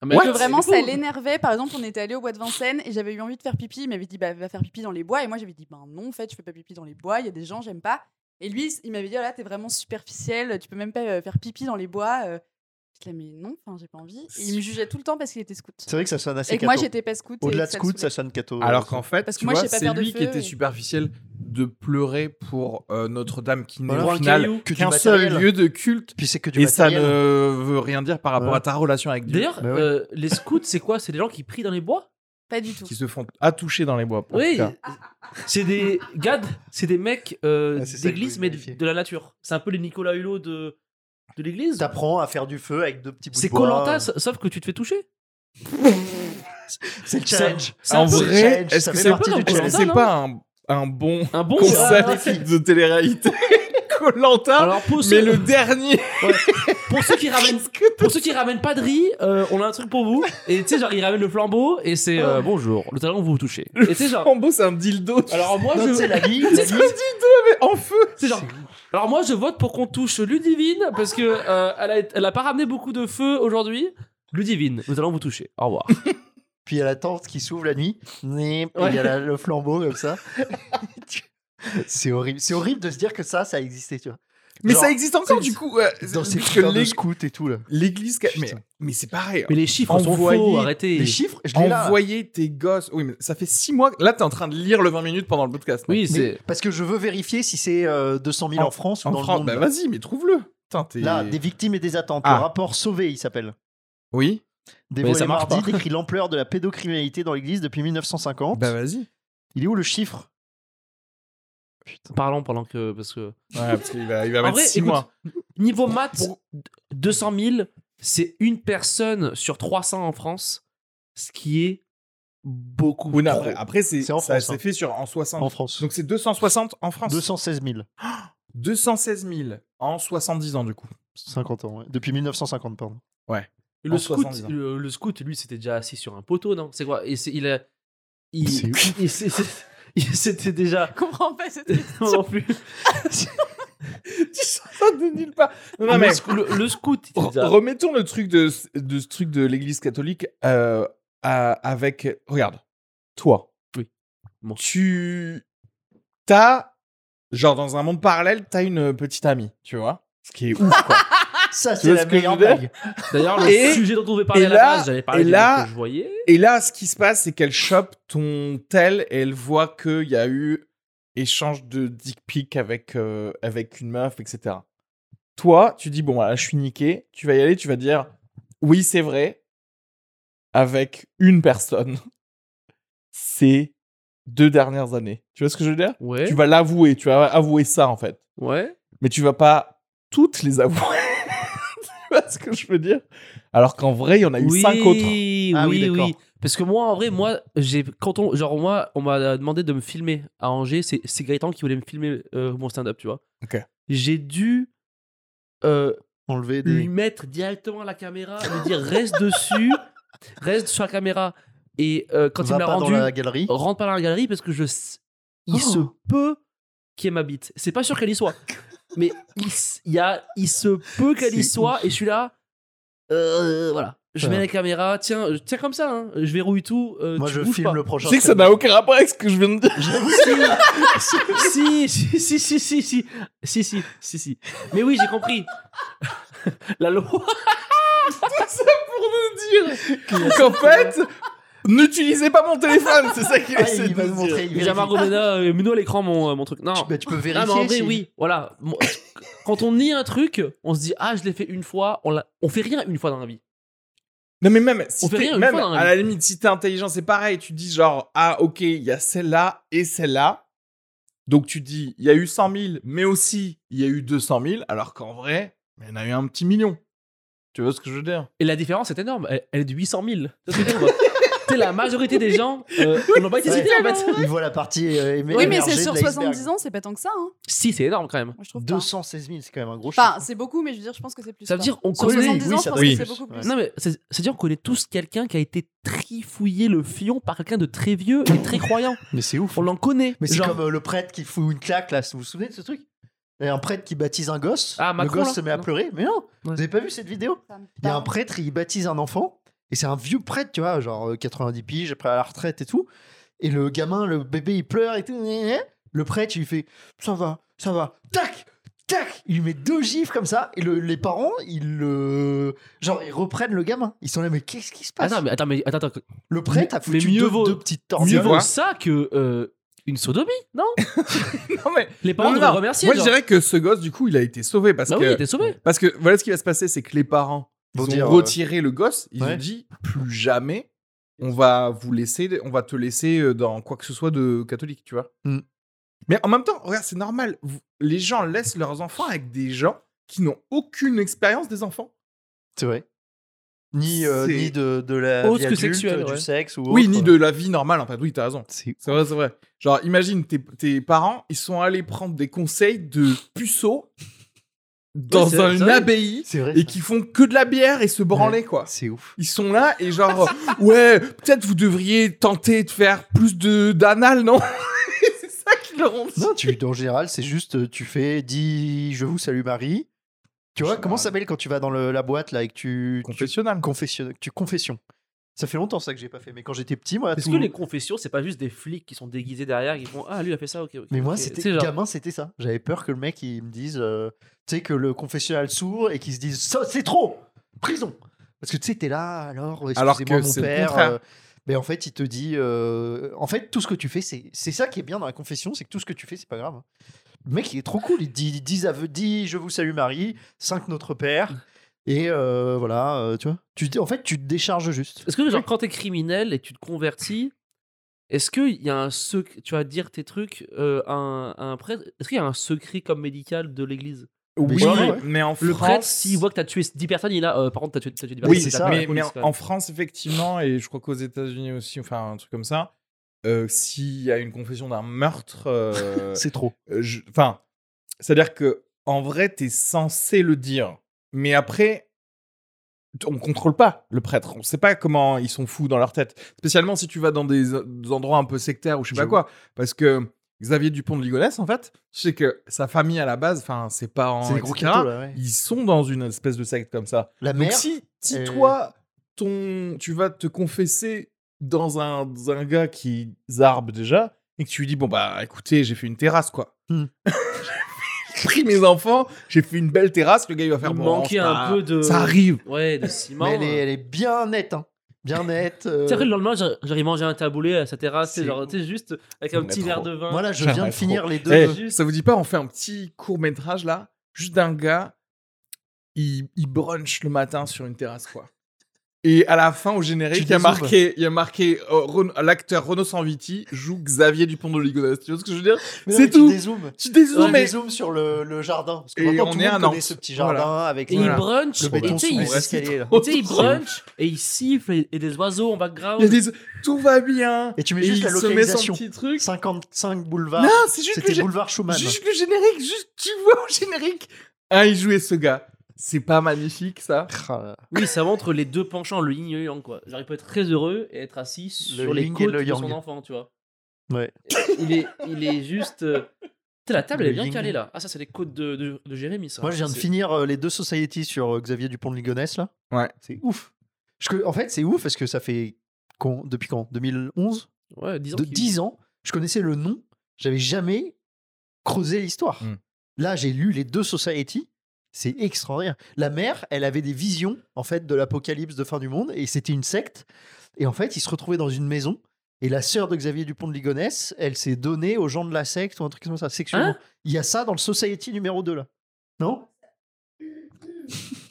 Speaker 3: Ah, mais
Speaker 5: Et
Speaker 1: Ouais,
Speaker 5: que
Speaker 3: attends,
Speaker 5: vraiment,
Speaker 3: c'est fou.
Speaker 5: ça l'énervait. Par exemple, on était allé au bois de Vincennes et j'avais eu envie de faire pipi. Il m'avait dit, bah, va faire pipi dans les bois. Et moi, j'avais dit, ben non, en fait, je fais pas pipi dans les bois. Il y a des gens, j'aime pas. Et lui, il m'avait dit, oh là, t'es vraiment superficiel. Tu peux même pas euh, faire pipi dans les bois. euh. J'étais là, mais non, enfin, j'ai pas envie. Et il me jugeait tout le temps parce qu'il était scout.
Speaker 2: C'est vrai que ça sonne assez
Speaker 5: Et que moi,
Speaker 2: catho.
Speaker 5: j'étais pas scout. et
Speaker 2: Au-delà
Speaker 5: que
Speaker 2: de
Speaker 5: ça me
Speaker 2: scout, ça
Speaker 5: saoulait.
Speaker 2: sonne catho.
Speaker 1: Alors qu'en fait,
Speaker 5: Parce que
Speaker 1: tu
Speaker 5: moi, je
Speaker 1: vois,
Speaker 5: sais pas
Speaker 1: c'est
Speaker 5: faire de
Speaker 1: lui qui
Speaker 5: feu
Speaker 1: était
Speaker 5: et-
Speaker 1: superficiel de pleurer pour euh, Notre-Dame qui n'est
Speaker 2: Voilà.
Speaker 1: au
Speaker 2: Pour un
Speaker 1: final
Speaker 3: caillou.
Speaker 2: Que du
Speaker 1: qu'un seul
Speaker 2: matériel.
Speaker 1: lieu de culte.
Speaker 2: Puis c'est que du
Speaker 1: Et ça
Speaker 2: matériel.
Speaker 1: ne veut rien dire par rapport
Speaker 2: Ouais.
Speaker 1: à ta relation avec Dieu.
Speaker 3: D'ailleurs,
Speaker 2: Bah ouais.
Speaker 3: euh, les scouts, c'est quoi C'est des gens qui prient dans les bois
Speaker 5: Pas du tout.
Speaker 1: Qui se font attoucher dans les bois. en tout
Speaker 3: Oui.
Speaker 1: cas.
Speaker 3: C'est des gad, c'est des mecs euh,
Speaker 2: Ah, c'est ça que je
Speaker 3: d'église,
Speaker 2: voulais
Speaker 3: mais de,
Speaker 2: vérifier.
Speaker 3: de la nature. C'est un peu les Nicolas Hulot de, de l'église.
Speaker 2: T'apprends à faire du feu avec deux petits bouts
Speaker 3: C'est
Speaker 2: de bois.
Speaker 3: Colanta, sauf que tu te fais toucher.
Speaker 2: C'est le challenge.
Speaker 3: C'est
Speaker 1: En
Speaker 3: un peu-
Speaker 2: c'est
Speaker 1: vrai,
Speaker 2: challenge,
Speaker 1: est-ce
Speaker 2: ça
Speaker 1: que
Speaker 2: fait
Speaker 1: c'est
Speaker 2: partie
Speaker 3: du challenge,
Speaker 1: c'est
Speaker 3: non Ah.
Speaker 1: pas un, un bon
Speaker 3: Un bon.
Speaker 1: concept
Speaker 2: ouais.
Speaker 1: de télé-réalité Colanta
Speaker 3: Alors pour
Speaker 1: mais
Speaker 3: ceux,
Speaker 1: le dernier
Speaker 3: pour ceux qui ramènent,
Speaker 1: Qu'est-ce que
Speaker 3: pour ceux qui ramènent pas de riz, euh, on a un truc pour vous. Et tu sais genre ils ramènent le flambeau et c'est euh, bonjour, le talent vous vous touchez. Et tu sais genre.
Speaker 1: Rambo, c'est un dildo
Speaker 3: Alors moi
Speaker 2: Non, tu sais,
Speaker 3: je,
Speaker 2: la vie,
Speaker 1: C'est ce que je dis, deux, mais en feu
Speaker 3: c'est genre. Alors moi je vote pour qu'on touche Ludivine parce que euh, elle, a, elle a pas ramené beaucoup de feu aujourd'hui. Ludivine, le talent vous toucher. Au revoir.
Speaker 2: Puis il y a la tente qui s'ouvre la nuit. Nip, et Il y a la- le flambeau comme ça. c'est horrible. C'est horrible de se dire que ça, ça a existé, tu vois.
Speaker 1: Mais
Speaker 2: Genre,
Speaker 1: ça existe encore,
Speaker 2: c'est-
Speaker 1: du coup euh,
Speaker 2: Dans ces
Speaker 1: parce que
Speaker 2: putains de
Speaker 1: l'ég-
Speaker 2: scouts et tout, là.
Speaker 1: L'église... ca- Mais,
Speaker 2: Putain.
Speaker 1: mais c'est pareil.
Speaker 3: Mais les chiffres
Speaker 1: Envoyez
Speaker 3: sont faux. Arrêtez.
Speaker 2: Les chiffres, je l'ai là.
Speaker 1: Envoyez tes gosses... Oui, mais ça fait six mois... Là, t'es en train de lire le 20 minutes pendant le podcast. hein. mec.
Speaker 3: Oui, c'est.
Speaker 2: Parce que je veux vérifier si c'est euh, 200 000 en,
Speaker 1: En-
Speaker 2: France ou
Speaker 1: En
Speaker 2: dans
Speaker 1: France,
Speaker 2: le monde.
Speaker 1: bah
Speaker 2: là.
Speaker 1: vas-y, mais trouve-le. Putain, t'es...
Speaker 2: Là, des victimes et des attentes.
Speaker 1: Ah.
Speaker 2: Le rapport Sauvé, il s'appelle.
Speaker 1: Oui
Speaker 2: Dévoilé
Speaker 3: ça marche
Speaker 2: mardi
Speaker 3: pas.
Speaker 2: décrit l'ampleur de la pédocriminalité dans l'Église depuis 1950.
Speaker 1: Bah vas-y.
Speaker 2: Il est où le chiffre
Speaker 3: Parlons pendant que. Parce que.
Speaker 1: Ouais, parce qu'il va, il va
Speaker 3: En
Speaker 1: mettre
Speaker 3: vrai,
Speaker 1: six
Speaker 3: écoute,
Speaker 1: mois.
Speaker 3: Niveau maths, 200 000, c'est une personne sur 300 en France, ce qui est beaucoup.
Speaker 1: Oui, non,
Speaker 3: trop.
Speaker 1: après, après, c'est,
Speaker 2: C'est en
Speaker 1: ça
Speaker 2: France,
Speaker 1: s'est
Speaker 2: hein.
Speaker 1: fait sur, en 60.
Speaker 2: En France.
Speaker 1: Donc c'est 260 en France.
Speaker 2: 216 000.
Speaker 1: 216 000 en 70 ans, du coup.
Speaker 2: 50 ans, ouais. Depuis 1950, pardon.
Speaker 3: le,
Speaker 1: en
Speaker 3: scout,
Speaker 1: 70 ans.
Speaker 3: le, le scout, lui, c'était déjà assis sur un poteau, non C'est quoi Et c'est- il a. Il,
Speaker 2: C'est
Speaker 3: il- c'est- c'est- il- c'était déjà.
Speaker 5: Je comprends pas cette.
Speaker 3: Non, non plus.
Speaker 1: tu sors ça de nulle part. Non, non,
Speaker 3: le,
Speaker 1: Ah, mais
Speaker 3: sc- le- le scout, il était
Speaker 1: re-
Speaker 3: déjà.
Speaker 1: remettons le truc de, de ce truc de l'Église catholique euh, à- avec. Regarde, toi,
Speaker 3: Oui. Bon.
Speaker 1: tu t'as genre dans un monde parallèle, t'as une petite amie, tu vois, ce qui est ouf. Quoi.
Speaker 2: Ça,
Speaker 1: vois
Speaker 2: Ah, c'est la
Speaker 1: ce que je veux
Speaker 2: meilleure
Speaker 1: dire
Speaker 2: blague.
Speaker 3: D'ailleurs, le
Speaker 1: Et-
Speaker 3: sujet dont on devait parler
Speaker 1: et
Speaker 3: à la
Speaker 1: là-
Speaker 3: base, j'avais parlé
Speaker 1: et
Speaker 3: des
Speaker 1: là-
Speaker 3: mecs que je voyais.
Speaker 1: Et là, ce qui se passe, c'est qu'elle chope ton tel et elle voit qu'il y a eu échange de dick pic avec, euh, avec une meuf, etc. Toi, tu dis, bon, voilà, je suis niqué. Tu vas y aller, tu vas dire, oui, c'est vrai, avec une personne ces deux dernières années. Tu vois ce que je veux dire
Speaker 3: Ouais.
Speaker 1: Tu vas l'avouer, tu vas avouer ça, en fait.
Speaker 3: Ouais.
Speaker 1: Mais tu vas pas toutes les avouer. tu vois ce que je veux dire Alors qu'en vrai, il y en a eu cinq autres.
Speaker 2: Ah oui,
Speaker 3: oui, oui,
Speaker 2: d'accord.
Speaker 3: Parce que moi, en vrai, moi, j'ai quand on, genre moi, on m'a demandé de me filmer à Angers. C'est, c'est Gaëtan qui voulait me filmer euh, mon stand-up, tu vois.
Speaker 1: Ok.
Speaker 3: J'ai dû euh,
Speaker 2: Enlever des.
Speaker 3: lui mettre directement la caméra, lui dire reste dessus, reste sur la caméra. Et euh, quand il
Speaker 2: va
Speaker 3: me l'a
Speaker 2: pas
Speaker 3: rendu, Oh,
Speaker 2: dans la galerie.
Speaker 3: rentre pas dans la galerie parce que je, s- il
Speaker 2: Oh.
Speaker 3: se peut qu'elle m'habite. C'est pas sûr qu'elle y soit, mais il, s- il y a, il se peut qu'elle y
Speaker 2: C'est
Speaker 3: soit. Et je suis là, euh, voilà. Je
Speaker 2: Ouais.
Speaker 3: mets la caméra, tiens, euh, tiens comme ça, hein, je verrouille tout. euh,
Speaker 2: Moi,
Speaker 3: tu
Speaker 2: je
Speaker 3: bouges
Speaker 2: filme
Speaker 3: pas.
Speaker 2: le prochain. Ah,
Speaker 1: Je sais que ça n'a aucun rapport avec ce que je viens de dire.
Speaker 3: si, si, si, si, si, si, si, si, si, si. Mais oui, j'ai compris. la loi.
Speaker 1: pour nous dire qu'en fait, n'utilisez pas mon téléphone, c'est ça qu'il
Speaker 2: Ah,
Speaker 1: essaie
Speaker 2: il
Speaker 1: de
Speaker 2: va nous
Speaker 1: dire.
Speaker 2: montrer. il
Speaker 3: J'ai
Speaker 2: vérifie.
Speaker 3: Margot Mena, euh, Meno à l'écran mon, euh, mon truc. Non.
Speaker 2: Tu, bah, tu peux
Speaker 3: Ah,
Speaker 2: vérifier.
Speaker 3: mais en vrai,
Speaker 2: si-
Speaker 3: oui, voilà. Bon, Quand on nie un truc, on se dit, ah, je l'ai fait une fois, on, l'a- on fait rien une fois dans la vie.
Speaker 1: Non mais même, si
Speaker 3: On fait
Speaker 1: t'es-
Speaker 3: rien une
Speaker 1: même
Speaker 3: fois dans la
Speaker 1: à la limite, si t'es intelligent, c'est pareil. Tu dis genre, ah ok, il y a celle-là et celle-là. Donc tu dis, il y a eu 100 000, mais aussi il y a eu 200 000, alors qu'en vrai, il y en a eu un petit million. Tu vois ce que je veux dire
Speaker 3: Et la différence est énorme, elle, elle est de 800 000. Ça, c'est énorme. Tu sais, la majorité des gens, euh, ils n'ont pas été
Speaker 2: Ouais.
Speaker 3: cités en fait.
Speaker 2: Il voit la partie. euh, émer-
Speaker 5: Oui, mais
Speaker 2: émergée
Speaker 5: c'est
Speaker 2: de
Speaker 5: sur
Speaker 2: l'iceberg.
Speaker 5: 70 ans, c'est pas tant que ça. hein.
Speaker 3: Si, c'est énorme quand même.
Speaker 5: Moi, je trouve pas.
Speaker 2: 216 000, c'est quand même un gros
Speaker 5: Enfin,
Speaker 2: chiffre.
Speaker 5: c'est beaucoup, mais je veux dire, je pense que c'est plus.
Speaker 3: Ça veut
Speaker 5: quoi.
Speaker 3: dire, on
Speaker 5: sur
Speaker 2: oui,
Speaker 3: connaît.
Speaker 5: 70 ans,
Speaker 2: oui,
Speaker 5: je
Speaker 2: ça doit être
Speaker 5: pense que c'est
Speaker 2: plus.
Speaker 5: beaucoup plus.
Speaker 2: Ouais.
Speaker 3: Non, mais c'est- c'est-à-dire qu'on connaît tous quelqu'un qui a été trifouillé le fion par quelqu'un de très vieux et très croyant.
Speaker 2: Mais c'est ouf.
Speaker 3: On l'en connaît.
Speaker 2: Mais c'est
Speaker 3: Genre,
Speaker 2: comme euh, le prêtre qui fout une claque là, vous vous souvenez de ce truc Il y a un prêtre qui baptise un gosse,
Speaker 3: Ah,
Speaker 2: le
Speaker 3: Macron,
Speaker 2: gosse
Speaker 3: là
Speaker 2: se met à
Speaker 3: Non.
Speaker 2: pleurer. Mais non, vous
Speaker 3: Ouais. Bah
Speaker 2: avez pas vu cette vidéo
Speaker 5: Ça me parle.
Speaker 2: Il y a un prêtre, il baptise un enfant, et c'est un vieux prêtre, tu vois, genre euh, 90 piges, après à la retraite et tout. Et le gamin, le bébé, il pleure et tout. gna, gna, gna. Le prêtre, il fait ça va, ça va, tac Tac Il lui met deux gifles comme ça, et le- les parents, ils le. Genre, ils reprennent le gamin. Ils sont là, mais qu'est-ce qui se passe
Speaker 3: Attends, Ah mais attends, mais attends, attends.
Speaker 2: Le prêtre a
Speaker 3: mais
Speaker 2: foutu
Speaker 3: mieux
Speaker 2: deux,
Speaker 3: vaut-
Speaker 2: deux petites
Speaker 3: Mieux
Speaker 2: tortures.
Speaker 1: vaut-
Speaker 3: vaut ça que euh, une sodomie, non
Speaker 1: Non, mais.
Speaker 3: Les parents
Speaker 1: non,
Speaker 3: devraient
Speaker 1: non.
Speaker 3: remercier.
Speaker 1: Moi, je
Speaker 3: genre.
Speaker 1: dirais que ce gosse, du coup, il a été sauvé parce
Speaker 3: Bah
Speaker 1: que.
Speaker 3: oui, t'es sauvé.
Speaker 1: Parce que voilà ce qui va se passer, c'est que les parents ils
Speaker 2: Vont
Speaker 1: ont
Speaker 2: dire, euh,
Speaker 1: retiré le gosse. Ils
Speaker 2: ouais.
Speaker 1: ont dit plus jamais, on va vous laisser, on va te laisser euh, dans quoi que ce soit de catholique, tu vois.
Speaker 2: Mm.
Speaker 1: Mais en même temps, regarde, c'est normal. Vous- les gens laissent leurs enfants avec des gens qui n'ont aucune expérience des enfants.
Speaker 2: C'est vrai. Ni, euh,
Speaker 1: C'est-
Speaker 2: ni de, de la
Speaker 3: Autre
Speaker 2: vie
Speaker 3: que
Speaker 2: adulte, euh,
Speaker 3: sexuelle,
Speaker 2: du
Speaker 3: ouais.
Speaker 2: sexe ou
Speaker 1: oui,
Speaker 2: autre.
Speaker 1: ni de la vie normale. En fait, oui, t'as raison.
Speaker 2: C'est-
Speaker 1: C'est vrai, c'est vrai. Genre, imagine tes, tes parents, ils sont allés prendre des conseils de puceaux dans
Speaker 3: Oui, c'est- c'est
Speaker 1: une
Speaker 3: vrai.
Speaker 1: abbaye
Speaker 2: C'est vrai.
Speaker 1: et
Speaker 2: ça.
Speaker 1: qui font que de la bière et se branler, quoi.
Speaker 2: C'est ouf.
Speaker 1: Ils sont là et genre, ouais, peut-être vous devriez tenter de faire plus de d'anal, non C'est ça qu'ils leur ont dit.
Speaker 2: Non, tu, en général, c'est juste, euh, tu fais, dis, je vous salue Marie. Tu vois,
Speaker 1: Général.
Speaker 2: comment ça s'appelle quand tu vas dans le- la boîte là et que tu, tu,
Speaker 1: Confessionnal.
Speaker 2: confession- tu confession Ça fait longtemps ça que j'ai pas fait, mais quand j'étais petit, moi,
Speaker 3: Est-ce
Speaker 2: tout-
Speaker 3: que les confessions, c'est pas juste des flics qui sont déguisés derrière et qui font Ah, lui, il a fait ça, ok. ok,
Speaker 2: Mais moi,
Speaker 3: ok.
Speaker 2: c'était
Speaker 3: C'est genre-
Speaker 2: gamin, c'était ça. J'avais peur que le mec, il me dise, euh, tu sais, que le confessionnal s'ouvre et qu'il se dise, Ça, c'est trop, prison. Parce que tu sais, t'es là, alors,
Speaker 1: Alors
Speaker 2: excusez-moi,
Speaker 1: que
Speaker 2: mon
Speaker 1: c'est le
Speaker 2: père.
Speaker 1: contraire.
Speaker 2: euh, mais en fait, il te dit, euh, en fait, tout ce que tu fais, c'est c'est ça qui est bien dans la confession, c'est que tout ce que tu fais, c'est pas grave. hein. Le mec, il est trop cool. Il dit 10 aveux, dit je vous salue Marie, 5 notre Père. Et euh, voilà, euh, tu vois. Tu, te- en fait, tu te décharges juste.
Speaker 3: Est-ce que, genre, quand t'es criminel et tu te convertis, est-ce qu'il y a un secret Tu vas dire tes trucs euh, à, un, à un prêtre Est-ce qu'il y a un secret comme médical de l'église
Speaker 1: Oui,
Speaker 2: Ouais, ouais.
Speaker 1: mais en
Speaker 3: Le
Speaker 1: France.
Speaker 3: prêtre, s'il voit que t'as tué 10 personnes, il a. euh, par contre, t'as tué, t'as tué 10 personnes.
Speaker 1: Oui,
Speaker 2: c'est
Speaker 1: c'est
Speaker 2: ça,
Speaker 1: ça.
Speaker 3: la
Speaker 1: Mais,
Speaker 3: police,
Speaker 1: mais en-
Speaker 3: quand même.
Speaker 1: en France, effectivement, et je crois qu'aux États-Unis aussi, enfin, un truc comme ça, euh, s'il y a une confession d'un meurtre, euh,
Speaker 2: C'est trop.
Speaker 1: euh, je- enfin, c'est-à-dire que en vrai, t'es censé le dire, mais après, t- on contrôle pas le prêtre. On sait pas comment ils sont fous dans leur tête. Spécialement si tu vas dans des, euh, des endroits un peu sectaires ou je sais pas
Speaker 2: Je-
Speaker 1: quoi, parce que Xavier Dupont de Ligonnès, en fait, je sais que sa famille à la base, enfin, ses parents,
Speaker 2: C'est des gros
Speaker 1: etc.,
Speaker 2: cadeaux, là, ouais.
Speaker 1: ils sont dans une espèce de secte comme ça.
Speaker 2: La
Speaker 1: Donc
Speaker 2: mère,
Speaker 1: si, si
Speaker 2: euh,
Speaker 1: toi, ton, tu vas te confesser dans un, dans un gars qui zarbe déjà, et que tu lui dis, bon bah écoutez, j'ai fait une terrasse quoi.
Speaker 2: Hmm.
Speaker 1: j'ai pris mes enfants, j'ai fait une belle terrasse, le gars il va faire
Speaker 3: Il
Speaker 1: bon,
Speaker 3: manquait
Speaker 1: enfin,
Speaker 3: un peu de.
Speaker 1: Ça arrive.
Speaker 3: Ouais, de ciment.
Speaker 2: mais elle,
Speaker 1: euh,
Speaker 2: est, elle est bien nette. hein. Bien nette. euh,
Speaker 3: Tu sais, après, le lendemain, j'ai- j'aurais mangé un taboulé à sa terrasse, tu sais,
Speaker 1: C'est-
Speaker 3: genre, tu sais, juste avec un
Speaker 1: Mais
Speaker 3: petit
Speaker 1: trop.
Speaker 3: verre de vin.
Speaker 2: Moi, là, je
Speaker 1: J'aimerais
Speaker 2: viens de
Speaker 1: trop.
Speaker 2: finir les deux.
Speaker 1: Eh, ça vous dit pas, on fait un petit court métrage là, juste d'un gars, il, il brunch le matin sur une terrasse quoi. Et à la fin, au
Speaker 2: Tu
Speaker 1: générique, il y a
Speaker 2: dézoomes.
Speaker 1: marqué, il y a marqué euh, Ren- l'acteur Renaud Sanviti joue Xavier Dupont de Ligonnès. Tu vois ce que je veux dire
Speaker 2: Mais non,
Speaker 1: c'est
Speaker 2: mais tu
Speaker 1: tout.
Speaker 2: dézoomes.
Speaker 1: Tu dézoomes,
Speaker 2: Tu
Speaker 1: mais
Speaker 2: dézoomes sur le, le jardin. Parce que
Speaker 1: Et
Speaker 2: maintenant,
Speaker 1: on
Speaker 2: tout
Speaker 1: est
Speaker 2: le monde
Speaker 1: un
Speaker 2: connaît
Speaker 1: enfant.
Speaker 2: ce petit jardin avec
Speaker 3: Et
Speaker 2: les-
Speaker 1: Voilà.
Speaker 3: il brunch,
Speaker 2: le
Speaker 3: et
Speaker 2: béton
Speaker 3: tu sais,
Speaker 2: sous
Speaker 3: il-
Speaker 2: les
Speaker 1: reste-
Speaker 2: escaliers. là.
Speaker 3: tu sais, il brunch et il siffle et, et des oiseaux en background.
Speaker 1: Il y a des... Tout va bien.
Speaker 2: Et tu mets
Speaker 1: Et
Speaker 2: juste
Speaker 1: il
Speaker 2: la
Speaker 1: se met son
Speaker 2: localisation.
Speaker 1: petit truc.
Speaker 2: 55 boulevard.
Speaker 1: Non, c'est juste,
Speaker 2: C'était
Speaker 1: le... gé-
Speaker 2: boulevard Schumann.
Speaker 1: juste le générique. Juste, tu vois au générique. Ah, il jouait ce gars. C'est pas magnifique, ça
Speaker 2: Ah,
Speaker 3: Oui, ça montre les deux penchants, le yin et le yang, quoi. Genre, il peut être très heureux et être assis sur les
Speaker 2: yin et
Speaker 3: côtes
Speaker 2: le
Speaker 3: de son
Speaker 2: yang.
Speaker 3: enfant, tu vois.
Speaker 2: Ouais.
Speaker 3: Il est, il est juste. euh, Putain, la table, elle est
Speaker 2: Le
Speaker 3: bien
Speaker 2: yin.
Speaker 3: calée, là. Ah, ça, c'est les côtes de, de, de Jérémy, ça.
Speaker 2: Moi, je viens de
Speaker 3: C'est-
Speaker 2: finir euh, les deux Society sur euh, Xavier Dupont de Ligonnès, là.
Speaker 1: Ouais.
Speaker 2: C'est ouf. Je que- en fait, c'est ouf parce que ça fait. con- depuis quand 2011
Speaker 3: Ouais, 10 ans.
Speaker 2: De
Speaker 3: qu'il-
Speaker 2: 10 ans, je connaissais le nom. J'avais jamais creusé l'histoire.
Speaker 1: Mm.
Speaker 2: Là, j'ai lu les deux Society. C'est extraordinaire. La mère, elle avait des visions, en fait, de l'apocalypse de fin du monde. Et c'était une secte. Et en fait, ils se retrouvaient dans une maison. Et la sœur de Xavier Dupont de Ligonnès, elle s'est donnée aux gens de la secte ou un truc comme ça, sexuellement.
Speaker 3: Hein
Speaker 2: Il y a ça dans le Society numéro 2, là. Non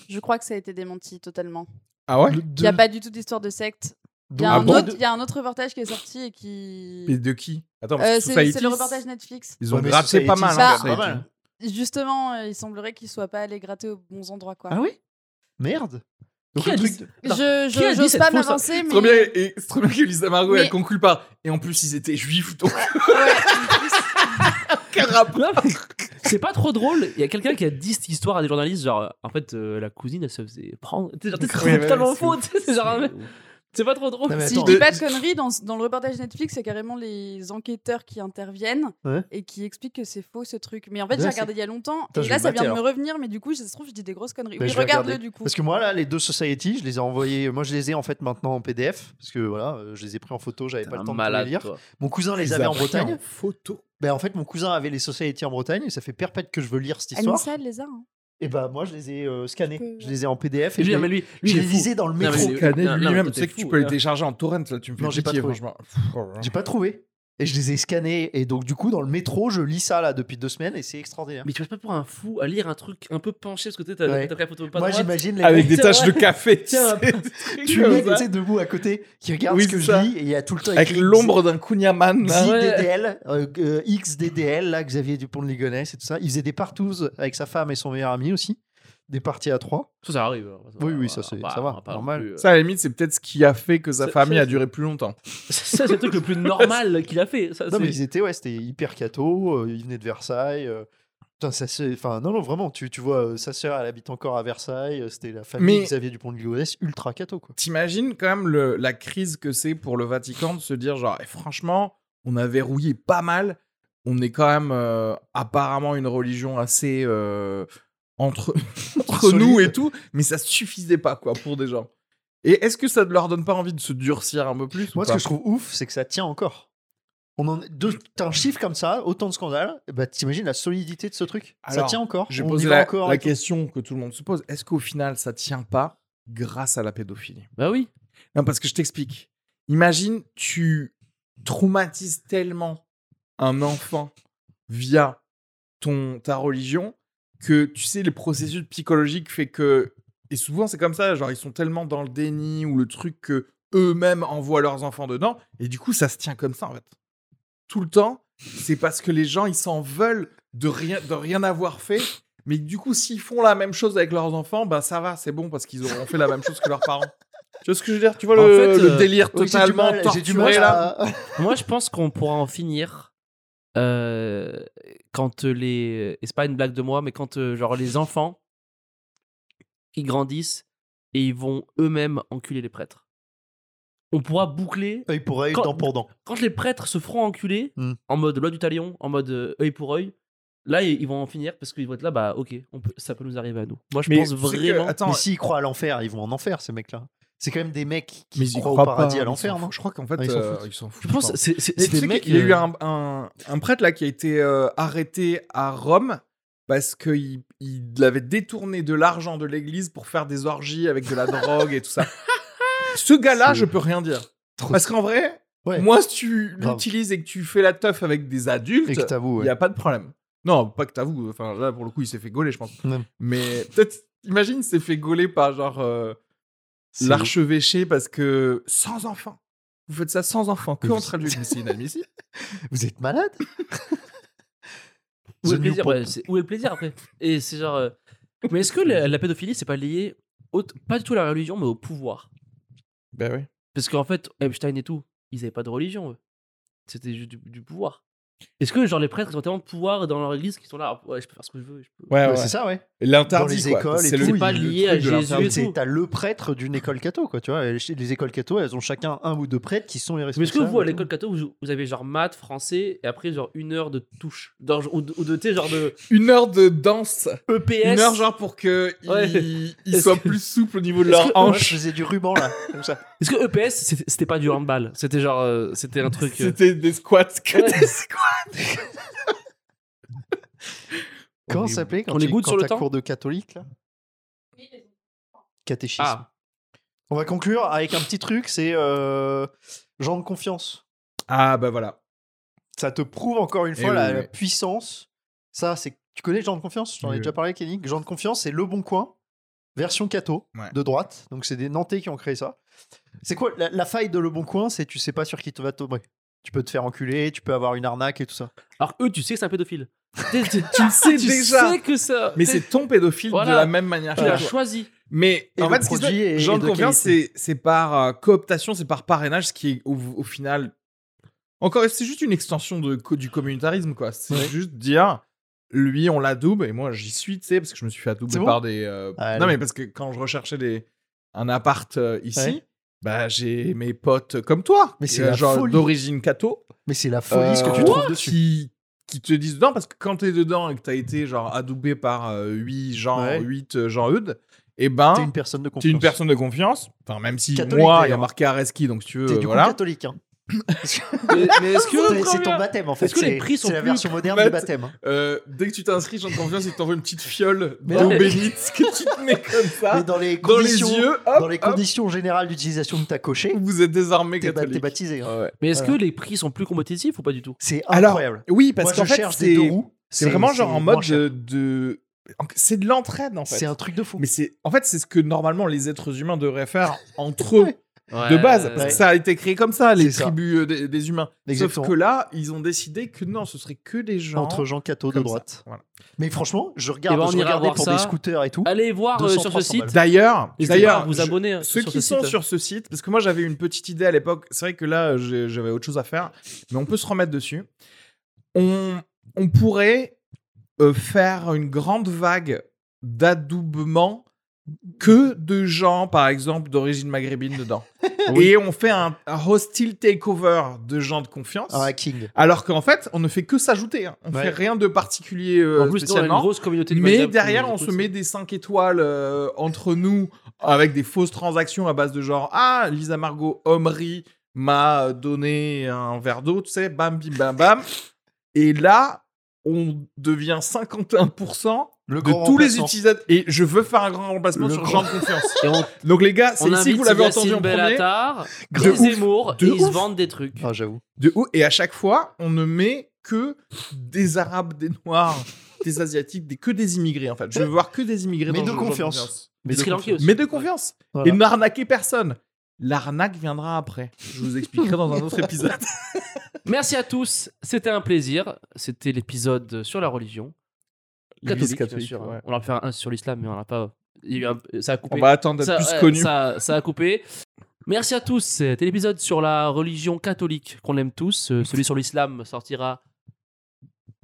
Speaker 5: Je crois que ça a été démenti totalement.
Speaker 1: Ah ouais
Speaker 2: Le
Speaker 5: Il n'y a
Speaker 2: deux.
Speaker 5: pas du tout d'histoire de secte. Il y, a
Speaker 1: Ah
Speaker 5: un
Speaker 1: bon
Speaker 5: autre- il y a un autre reportage qui est sorti et qui.
Speaker 1: Mais de qui Attends, parce
Speaker 5: Euh,
Speaker 1: que
Speaker 5: c'est
Speaker 1: Society,
Speaker 5: c'est le reportage Netflix.
Speaker 1: Ils ont
Speaker 2: Ouais, mais
Speaker 1: gratté
Speaker 2: Society,
Speaker 1: pas mal.
Speaker 5: c'est
Speaker 1: hein,
Speaker 5: pas
Speaker 1: Society.
Speaker 2: mal.
Speaker 5: Justement, euh, il semblerait qu'il soit pas allé gratter aux bons endroits. Quoi.
Speaker 2: Ah oui Merde Donc,
Speaker 3: Qui
Speaker 2: le
Speaker 3: a
Speaker 2: truc
Speaker 3: dit-
Speaker 2: de-
Speaker 5: Je- je
Speaker 3: Qui a dit
Speaker 5: j'ose
Speaker 3: cette
Speaker 5: pas
Speaker 3: fausse-
Speaker 5: m'avancer,
Speaker 1: C'est
Speaker 5: Bah, mais.
Speaker 1: trop bien, et c'est trop bien que Lisa Margot,
Speaker 5: Mais-
Speaker 1: elle conclut par. Et en plus, ils étaient juifs, donc
Speaker 3: Non, mais C'est pas trop drôle. Il y a quelqu'un qui a dit cette histoire à des journalistes, genre, euh, en fait, euh, la cousine, elle se faisait prendre. Tu sais, genre,
Speaker 1: Ouais,
Speaker 3: C'est
Speaker 1: ouais,
Speaker 3: totalement
Speaker 1: c'est
Speaker 3: faux. tu sais, C'est genre un mec- c'est pas trop drôle.
Speaker 2: Non, mais
Speaker 5: Si
Speaker 2: attends,
Speaker 5: je dis
Speaker 1: de-
Speaker 5: pas de conneries, dans, ce- dans le reportage Netflix, c'est carrément les enquêteurs qui interviennent
Speaker 2: Ouais.
Speaker 5: et qui expliquent que c'est faux ce truc. Mais en fait,
Speaker 2: Là,
Speaker 5: j'ai
Speaker 2: c'est-
Speaker 5: regardé il y a longtemps
Speaker 2: Putain, je
Speaker 5: et
Speaker 2: vais
Speaker 5: là,
Speaker 2: le
Speaker 5: ça vient
Speaker 2: mater,
Speaker 5: de me
Speaker 2: alors.
Speaker 5: revenir, mais du coup, je- ça se trouve, je dis des grosses conneries.
Speaker 2: Ben,
Speaker 5: oui,
Speaker 2: je vais
Speaker 5: regarde-le
Speaker 2: regarder.
Speaker 5: du coup.
Speaker 2: Parce que moi, là, les deux Society, je les ai envoyés. Moi, je les ai en fait maintenant en PDF. Parce que voilà, euh, je les ai pris en photo, j'avais pas le temps de tous les lire.
Speaker 3: toi.
Speaker 2: Mon cousin les
Speaker 1: Ils
Speaker 2: avait en
Speaker 1: apprennent
Speaker 2: Bretagne.
Speaker 1: photo.
Speaker 2: Ben, en fait, mon cousin avait les Society en Bretagne et ça fait perpète que je veux lire cette histoire.
Speaker 5: Anissa, elle les a. hein.
Speaker 2: Et ben moi, je les ai euh, scannés.
Speaker 5: Tu peux-
Speaker 2: Je les ai en PDF et
Speaker 3: Et lui,
Speaker 2: je
Speaker 3: non, mais
Speaker 2: les,
Speaker 3: lui, lui,
Speaker 2: je
Speaker 3: il est
Speaker 2: les
Speaker 3: fou.
Speaker 2: lisais dans le
Speaker 3: Non, mais
Speaker 2: métro.
Speaker 3: il est-
Speaker 1: Canet
Speaker 3: non, non,
Speaker 1: lui-même,
Speaker 3: mais
Speaker 1: tu sais
Speaker 3: t'es
Speaker 1: que tu
Speaker 3: fou,
Speaker 1: peux les
Speaker 3: là.
Speaker 1: télécharger en torrent, là, tu me fais
Speaker 2: Non, j'ai pas
Speaker 1: pitié,
Speaker 2: trouvé.
Speaker 1: franchement.
Speaker 2: J'ai pas trouvé. Et je les ai scannés. Et donc, du coup, dans le métro, je lis ça là depuis deux semaines et c'est extraordinaire.
Speaker 3: Mais tu passes pas pour un fou à lire un truc un peu penché parce que tu sais, t'as
Speaker 2: Hein. Ouais.
Speaker 3: t'as pris la photo pas
Speaker 2: Moi,
Speaker 3: droite.
Speaker 2: j'imagine les
Speaker 1: Avec
Speaker 2: mecs,
Speaker 1: des
Speaker 3: C'est
Speaker 1: taches
Speaker 3: vrai.
Speaker 1: de café,
Speaker 3: Tiens,
Speaker 1: tu sais,
Speaker 2: tu
Speaker 1: comme
Speaker 2: mets,
Speaker 1: ça.
Speaker 2: tu sais, debout à côté, qui regarde
Speaker 1: Oui,
Speaker 2: ce que
Speaker 1: c'est
Speaker 2: je
Speaker 1: ça.
Speaker 2: lis et il y a tout le temps
Speaker 1: avec
Speaker 2: écrit
Speaker 1: l'ombre d'un Kunyaman. là.
Speaker 2: Bah
Speaker 3: Ah ouais.
Speaker 2: XDDL, euh, euh, XDDL, là, Xavier Dupont de Ligonnès et tout ça. Il faisait des partous avec sa femme et son meilleur ami aussi. Des parties à trois.
Speaker 3: Ça, ça arrive. alors, ça
Speaker 2: Oui,
Speaker 3: va,
Speaker 2: oui,
Speaker 3: on
Speaker 2: ça, c'est-
Speaker 3: pas-
Speaker 2: ça va,
Speaker 3: on pas non
Speaker 2: normal.
Speaker 3: plus, euh,
Speaker 1: Ça, à la limite, c'est peut-être ce qui a fait que sa
Speaker 3: Ça-
Speaker 1: famille
Speaker 3: ça-
Speaker 1: a duré plus longtemps.
Speaker 3: Ça, c'est le truc le plus normal qu'il a fait. Ça,
Speaker 2: Non, mais
Speaker 3: Ah, c'est-
Speaker 2: ils étaient, ouais, c'était hyper catho. euh, ils venaient de Versailles. euh, putain, ça se- Enfin, non, non, vraiment, tu, tu vois, euh, sa sœur, elle habite encore à Versailles. euh, C'était la famille
Speaker 1: Mais-
Speaker 2: Xavier Dupont de Ligonnès, ultra catho, quoi.
Speaker 1: T'imagines quand même le- la crise que c'est pour le Vatican de se dire genre, Eh, franchement, on a verrouillé pas mal. On est quand même euh, apparemment une religion assez euh, entre, entre
Speaker 2: Solide.
Speaker 1: nous et tout, mais ça suffisait pas quoi pour des gens. Et est-ce que ça ne leur donne pas envie de se durcir un peu plus ou
Speaker 2: Moi, ce
Speaker 1: pas
Speaker 2: que je trouve ouf, c'est que ça tient encore. On en... de- T'as un chiffre comme ça, autant de scandales, eh ben, t'imagines la solidité de ce truc
Speaker 1: Alors,
Speaker 2: Ça tient encore.
Speaker 1: J'ai
Speaker 2: on y
Speaker 1: posé
Speaker 2: va
Speaker 1: la,
Speaker 2: encore.
Speaker 1: la
Speaker 2: et tout.
Speaker 1: question que tout le monde se pose. Est-ce qu'au final, ça tient pas grâce à la pédophilie
Speaker 3: Bah oui.
Speaker 1: Non, parce que je t'explique. Imagine, tu traumatises tellement un enfant via ton, ta religion que, tu sais, les processus psychologiques fait que... Et souvent, c'est comme ça. Genre, ils sont tellement dans le déni ou le truc que eux-mêmes envoient leurs enfants dedans. Et du coup, ça se tient comme ça, en fait. Tout le temps, c'est parce que les gens, ils s'en veulent de rien, de rien avoir fait. Mais du coup, s'ils font la même chose avec leurs enfants, bah ça va, c'est bon parce qu'ils auront fait la même chose que leurs parents. Tu vois ce que je veux dire Tu vois
Speaker 3: En
Speaker 1: le,
Speaker 3: fait,
Speaker 1: le
Speaker 3: euh,
Speaker 1: délire
Speaker 2: Oui, j'ai du
Speaker 1: totalement
Speaker 2: mal- j'ai
Speaker 1: torturé
Speaker 2: du mal Ah,
Speaker 1: là
Speaker 2: à-
Speaker 3: Moi, je pense qu'on pourra en finir euh, quand les. Et c'est pas une blague de moi, mais quand euh, genre les enfants, ils grandissent et ils vont eux-mêmes enculer les prêtres. On pourra boucler.
Speaker 2: Il pourrait
Speaker 3: Quand-
Speaker 2: être dent pour dent.
Speaker 3: Quand les prêtres se feront enculer,
Speaker 2: Hmm.
Speaker 3: en mode loi du talion, en mode euh, œil pour œil, là, ils ils vont en finir parce qu'ils vont être là, bah ok, on peut, ça peut nous arriver à nous. Moi, je
Speaker 1: Mais
Speaker 3: pense
Speaker 1: c'est que-
Speaker 3: vraiment.
Speaker 1: attends,
Speaker 2: Mais s'ils croient à l'enfer, ils vont en enfer, ces mecs-là. C'est quand même des mecs qui
Speaker 1: mais ils y
Speaker 2: croient au
Speaker 1: croient
Speaker 2: paradis
Speaker 1: pas,
Speaker 2: à
Speaker 1: ils
Speaker 2: l'enfer,
Speaker 1: s'en
Speaker 2: non
Speaker 1: foutent. Je crois qu'en fait,
Speaker 2: Ah, ils s'en
Speaker 1: euh,
Speaker 2: foutent.
Speaker 1: ils s'en foutent.
Speaker 3: Je pense que c'est c'est-
Speaker 1: Mais
Speaker 3: c'est
Speaker 1: tu sais
Speaker 3: des mecs.
Speaker 1: qu'il y a eu
Speaker 3: euh,
Speaker 1: un, un- un prêtre là qui a été euh, arrêté à Rome parce qu'il il avait détourné de l'argent de l'église pour faire des orgies avec de la drogue et tout ça. Ce gars-là,
Speaker 2: C'est-
Speaker 1: je peux rien dire. Parce qu'en vrai,
Speaker 2: Ouais.
Speaker 1: moi, si tu
Speaker 2: Grave.
Speaker 1: l'utilises et que tu fais la teuf avec des adultes,
Speaker 2: Et que
Speaker 1: il
Speaker 2: t'avoues, ouais.
Speaker 1: n'y a pas de problème. Non, pas que t'avoues. Enfin, là, pour le coup, il s'est fait gauler, je pense.
Speaker 2: Non.
Speaker 1: Mais peut-être, imagine, il s'est fait gauler par genre euh,
Speaker 2: C'est-
Speaker 1: l'archevêché parce que sans enfant. Vous faites ça sans enfant, que
Speaker 2: Mais
Speaker 1: entre adultes, mais c'est inadmissible.
Speaker 2: Vous êtes malade
Speaker 3: Où
Speaker 2: The
Speaker 3: est le
Speaker 2: New
Speaker 3: plaisir
Speaker 2: Pope.
Speaker 3: ouais, c'est- Où est le plaisir après Et c'est genre. euh, Mais est-ce que la, la pédophilie, c'est pas lié, au- pas du tout à la religion, mais au pouvoir
Speaker 1: Ben oui.
Speaker 3: Parce qu'en fait, Epstein et tout, ils avaient pas de religion, eux. C'était juste du, du pouvoir. Est-ce que genre les prêtres, ils ont tellement de pouvoir dans leur église qu'ils sont là, ah, ouais, je peux faire ce que je veux. je peux-
Speaker 1: Ouais,
Speaker 2: Ouais,
Speaker 1: ouais.
Speaker 2: C'est ça, ouais.
Speaker 1: L'interdit,
Speaker 2: Dans les
Speaker 1: quoi.
Speaker 2: écoles et
Speaker 1: le-
Speaker 2: tout,
Speaker 1: le
Speaker 3: pas
Speaker 1: truc
Speaker 3: lié
Speaker 1: de
Speaker 3: à Jésus
Speaker 1: l'interdit.
Speaker 3: et
Speaker 2: C'est-
Speaker 3: tout.
Speaker 2: T'as le prêtre d'une école catho, quoi. Tu vois, Et chez- les écoles catho, elles ont chacun un ou deux prêtres qui sont les
Speaker 3: Mais est-ce que
Speaker 2: responsables.
Speaker 3: vous, à
Speaker 2: et
Speaker 3: l'école catho, vous, vous avez genre maths, français, et après genre une heure de touche dans- Ou de, ou de, tu sais, genre de E
Speaker 1: Une heure de danse.
Speaker 3: EPS
Speaker 1: Une heure, genre, pour que
Speaker 3: Ouais.
Speaker 1: ils, ils
Speaker 3: Est-ce
Speaker 1: soient
Speaker 3: que-
Speaker 1: plus souples au niveau de
Speaker 3: Est-ce
Speaker 1: leur
Speaker 3: que-
Speaker 2: tout. Moi,
Speaker 1: hanche.
Speaker 2: je faisais du ruban, là, comme ça.
Speaker 3: Est-ce que EPS, c'était c'était pas du handball C'était genre. euh, c'était un truc. euh,
Speaker 1: C'était des squats. Que
Speaker 3: Ouais.
Speaker 1: des squats.
Speaker 2: Comment
Speaker 3: est-
Speaker 2: ça s'appelait quand
Speaker 3: on est
Speaker 2: tu-
Speaker 3: good
Speaker 2: quand
Speaker 3: sur le
Speaker 2: t'as
Speaker 3: temps
Speaker 2: cours de catholique, là Catéchisme.
Speaker 3: Ah,
Speaker 2: On va conclure avec un petit truc, c'est euh, gens de confiance.
Speaker 1: Ah, bah voilà.
Speaker 2: Ça te prouve encore une
Speaker 1: Eh
Speaker 2: fois
Speaker 1: oui,
Speaker 2: la,
Speaker 1: oui.
Speaker 2: la puissance. Ça, c'est. Tu connais gens de confiance J'en
Speaker 1: Oui,
Speaker 2: ai
Speaker 1: oui.
Speaker 2: déjà parlé, Kenny. Gens de confiance, c'est Le Bon Coin, version catho,
Speaker 1: Ouais.
Speaker 2: de droite. Donc, c'est des Nantais qui ont créé ça. C'est quoi la, la faille de Le Bon Coin C'est tu sais pas sur qui tu vas tomber. Tu peux te faire enculer, tu peux avoir une arnaque et tout ça.
Speaker 3: Alors eux, tu sais que c'est un pédophile. tu sais,
Speaker 1: sais déjà.
Speaker 3: sais que ça.
Speaker 1: Mais c'est ton pédophile de
Speaker 3: Voilà.
Speaker 1: la même manière.
Speaker 3: Tu
Speaker 1: que
Speaker 3: l'as
Speaker 1: toi.
Speaker 3: choisi.
Speaker 1: Mais
Speaker 2: Et
Speaker 1: en
Speaker 2: le
Speaker 1: fait, ce qui se
Speaker 2: produit
Speaker 1: passe,
Speaker 2: est-
Speaker 1: genre
Speaker 2: est
Speaker 1: de
Speaker 2: de
Speaker 1: confiance, c'est, c'est par euh, cooptation, c'est par parrainage, ce qui est au, au final. Encore, c'est juste une extension de, co- du communautarisme, quoi. C'est juste dire, lui, on l'adoube, et moi, j'y suis, tu sais, parce que je me suis fait adouber
Speaker 2: C'est bon
Speaker 1: par des. euh,
Speaker 2: Allez.
Speaker 1: Non, mais parce que quand je recherchais des, un appart euh, ici,
Speaker 2: Ouais.
Speaker 1: bah, j'ai mes potes comme toi,
Speaker 2: Mais c'est
Speaker 1: euh,
Speaker 2: la
Speaker 1: genre
Speaker 2: folie.
Speaker 1: d'origine catho,
Speaker 2: Mais c'est la folie ce que tu
Speaker 1: euh,
Speaker 2: trouves dessus.
Speaker 1: qui, qui te disent dedans, parce que quand t'es dedans et que t'as été genre adoubé par 8 gens,
Speaker 2: Ouais.
Speaker 1: 8 gens Eudes, et ben.
Speaker 2: T'es une personne de confiance.
Speaker 1: T'es une personne de confiance, enfin, même si
Speaker 2: Catholique,
Speaker 1: moi, il y a
Speaker 2: d'ailleurs.
Speaker 1: marqué Areski, donc si tu veux,
Speaker 2: T'es du
Speaker 1: voilà.
Speaker 2: coup catholique. hein.
Speaker 1: Mais, mais est-ce que
Speaker 2: C'est c'est ton baptême en fait.
Speaker 3: Est-ce que les
Speaker 2: C'est-
Speaker 3: prix sont
Speaker 2: C'est la
Speaker 3: plus
Speaker 2: version moderne
Speaker 1: mat-
Speaker 2: du baptême. hein.
Speaker 1: euh, dès que tu t'inscris, j'en confiance, ils t'envoient une petite fiole
Speaker 2: Mais
Speaker 1: d'eau
Speaker 3: ouais.
Speaker 1: bénite que tu te mets comme
Speaker 2: Mais
Speaker 1: ça
Speaker 2: dans les
Speaker 1: Ah, dans les
Speaker 2: conditions,
Speaker 1: yeux. Hop,
Speaker 2: dans les
Speaker 1: hop,
Speaker 2: conditions générales d'utilisation de ta cochée,
Speaker 1: vous êtes désarmé
Speaker 2: t'es ba- t'es
Speaker 1: catholique.
Speaker 2: baptisé. hein.
Speaker 1: Ah ouais.
Speaker 3: Mais est-ce
Speaker 2: Voilà.
Speaker 3: que les prix sont plus compétitifs ou pas du tout
Speaker 2: C'est
Speaker 1: Alors,
Speaker 2: incroyable.
Speaker 1: Oui, parce
Speaker 2: Moi,
Speaker 1: qu'en
Speaker 2: je
Speaker 1: fait,
Speaker 2: cherche des deux
Speaker 1: c'est
Speaker 2: roues.
Speaker 1: c'est vraiment genre en
Speaker 2: moins
Speaker 1: mode
Speaker 2: cher.
Speaker 1: de, de- c'est de l'entraide en fait.
Speaker 2: C'est un truc de fou.
Speaker 1: Mais c'est en fait c'est ce que normalement les êtres humains devraient faire entre eux
Speaker 2: Ouais.
Speaker 1: de base parce
Speaker 2: ouais.
Speaker 1: que ça a été créé comme ça les
Speaker 2: C'est ça.
Speaker 1: tribus euh, des, des humains.
Speaker 2: Exactement.
Speaker 1: Sauf que là ils ont décidé que non ce serait que des gens
Speaker 2: entre gens cathos de
Speaker 1: comme ça.
Speaker 2: droite.
Speaker 1: Voilà.
Speaker 2: Mais franchement, je regarde,
Speaker 3: Eh ben, on
Speaker 2: je
Speaker 3: ira
Speaker 2: regardais
Speaker 3: voir
Speaker 2: pour
Speaker 3: ça.
Speaker 2: des scooters et tout.
Speaker 3: Allez voir euh,
Speaker 2: 200,
Speaker 3: sur ce
Speaker 2: 300 balles.
Speaker 3: site.
Speaker 1: D'ailleurs
Speaker 3: N'hésitez pas à
Speaker 1: d'ailleurs
Speaker 3: vous
Speaker 1: je-
Speaker 3: abonner. euh,
Speaker 1: Ceux
Speaker 3: sur
Speaker 1: qui
Speaker 3: ce
Speaker 1: sont
Speaker 3: site.
Speaker 1: sur ce site, parce que moi j'avais une petite idée à l'époque, c'est vrai que là j'ai- j'avais autre chose à faire, mais on peut se remettre dessus. On, on pourrait euh, faire une grande vague d'adoubement que de gens, par exemple, d'origine maghrébine dedans. Et on fait un, un hostile takeover de gens de confiance.
Speaker 3: Ah
Speaker 2: Un hacking.
Speaker 1: Alors qu'en fait, on ne fait que s'ajouter. hein. On
Speaker 2: Ouais.
Speaker 1: fait rien de particulier euh,
Speaker 3: En plus, nous, on a une
Speaker 1: spécialement.
Speaker 3: grosse communauté de
Speaker 1: Mais
Speaker 3: WhatsApp qui
Speaker 1: derrière,
Speaker 3: nous
Speaker 1: on se
Speaker 3: écoute.
Speaker 1: met des 5 étoiles euh, entre nous avec des fausses transactions à base de genre Ah, Lisa Margot Omri m'a donné un verre d'eau, tu sais, bam, bim, bam, bam. Et là, on devient 51%
Speaker 2: Le
Speaker 1: de
Speaker 2: grand
Speaker 1: tous les
Speaker 2: remplaçant.
Speaker 1: utilisateurs. Et je veux faire un grand remplacement
Speaker 2: Le
Speaker 1: sur
Speaker 2: grand-
Speaker 1: gens de confiance.
Speaker 3: Et on,
Speaker 1: Donc les gars, c'est
Speaker 3: on
Speaker 1: ici
Speaker 3: invite
Speaker 1: que vous l'avez entendu en
Speaker 3: Yacine
Speaker 1: premier.
Speaker 3: Bellatar,
Speaker 1: De
Speaker 3: Guy
Speaker 1: ouf.
Speaker 3: Zemmour,
Speaker 1: De
Speaker 3: et ils se
Speaker 1: ouf.
Speaker 3: vendent des trucs.
Speaker 2: Ah, j'avoue.
Speaker 1: De ouf. Et à chaque fois, on ne met que des Arabes, des Noirs, des Asiatiques, des, que des immigrés en fait. Je veux voir que des immigrés.
Speaker 2: Mais
Speaker 1: dans
Speaker 2: de
Speaker 1: le genre
Speaker 2: confiance.
Speaker 3: Des Sri Lankais aussi.
Speaker 1: Mais de confiance.
Speaker 2: Voilà.
Speaker 1: Et n'arnaquez personne. L'arnaque viendra après. Je vous expliquerai dans un autre épisode.
Speaker 3: Merci à tous, c'était un plaisir. C'était l'épisode sur la religion.
Speaker 1: L'Église
Speaker 3: Catholique, bien sûr. hein.
Speaker 1: ouais.
Speaker 3: On aurait pu faire un sur l'islam, mais on n'a pas. il y a eu un- Ça a coupé.
Speaker 1: On va attendre d'être
Speaker 3: ça,
Speaker 1: plus
Speaker 3: ouais,
Speaker 1: connu.
Speaker 3: Ça, ça a coupé. Merci à tous. C'était l'épisode sur la religion catholique qu'on aime tous. Euh, celui sur l'islam sortira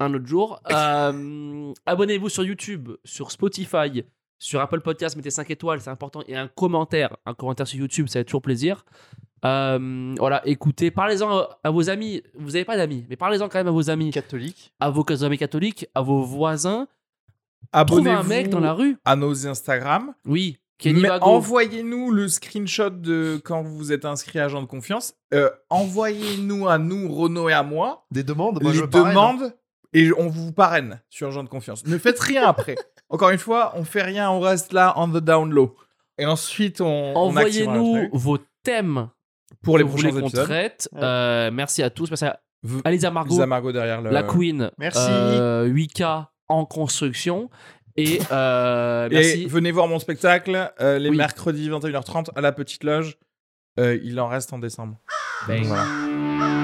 Speaker 3: un autre jour. Euh, Abonnez-vous sur YouTube, sur Spotify, sur Apple Podcast. Mettez 5 étoiles, c'est important. Et un commentaire. Un commentaire sur YouTube, ça fait toujours plaisir. Euh, voilà, écoutez, parlez-en à- à vos amis. Vous n'avez pas d'amis, mais parlez-en quand même à vos amis,
Speaker 2: Catholique.
Speaker 3: à vos amis catholiques, à vos voisins. Trouvez un
Speaker 1: Abonnez-vous
Speaker 3: mec dans la rue.
Speaker 1: à nos Instagram.
Speaker 3: Oui, Kenny
Speaker 1: Mais
Speaker 3: Vago.
Speaker 1: Envoyez-nous le screenshot de quand vous vous êtes inscrit à Agent de Confiance. Euh, Envoyez-nous à nous, Renaud et à moi,
Speaker 2: Des demandes. Moi,
Speaker 1: les
Speaker 2: je parraine, hein.
Speaker 1: demandes et on vous parraine sur Agent de Confiance. Ne faites rien après. Encore une fois, on fait rien, on reste là, on the down low. Et ensuite, on. on activera le
Speaker 3: Envoyez-nous
Speaker 1: truc
Speaker 3: vos thèmes
Speaker 1: pour les
Speaker 3: que vous
Speaker 1: prochains
Speaker 3: voulez qu'on
Speaker 1: épisodes.
Speaker 3: traite. Euh, merci à tous. Merci à
Speaker 1: V-
Speaker 3: Alisa Margot,
Speaker 1: Lisa Margot derrière le.
Speaker 3: la Queen,
Speaker 2: Merci.
Speaker 3: euh, 8K en construction. Et euh,
Speaker 1: Et
Speaker 3: merci.
Speaker 1: venez voir mon spectacle euh, les
Speaker 3: Oui.
Speaker 1: mercredis 21h30 à la Petite Loge. Euh, il en reste en décembre.
Speaker 3: Bang.
Speaker 1: Voilà.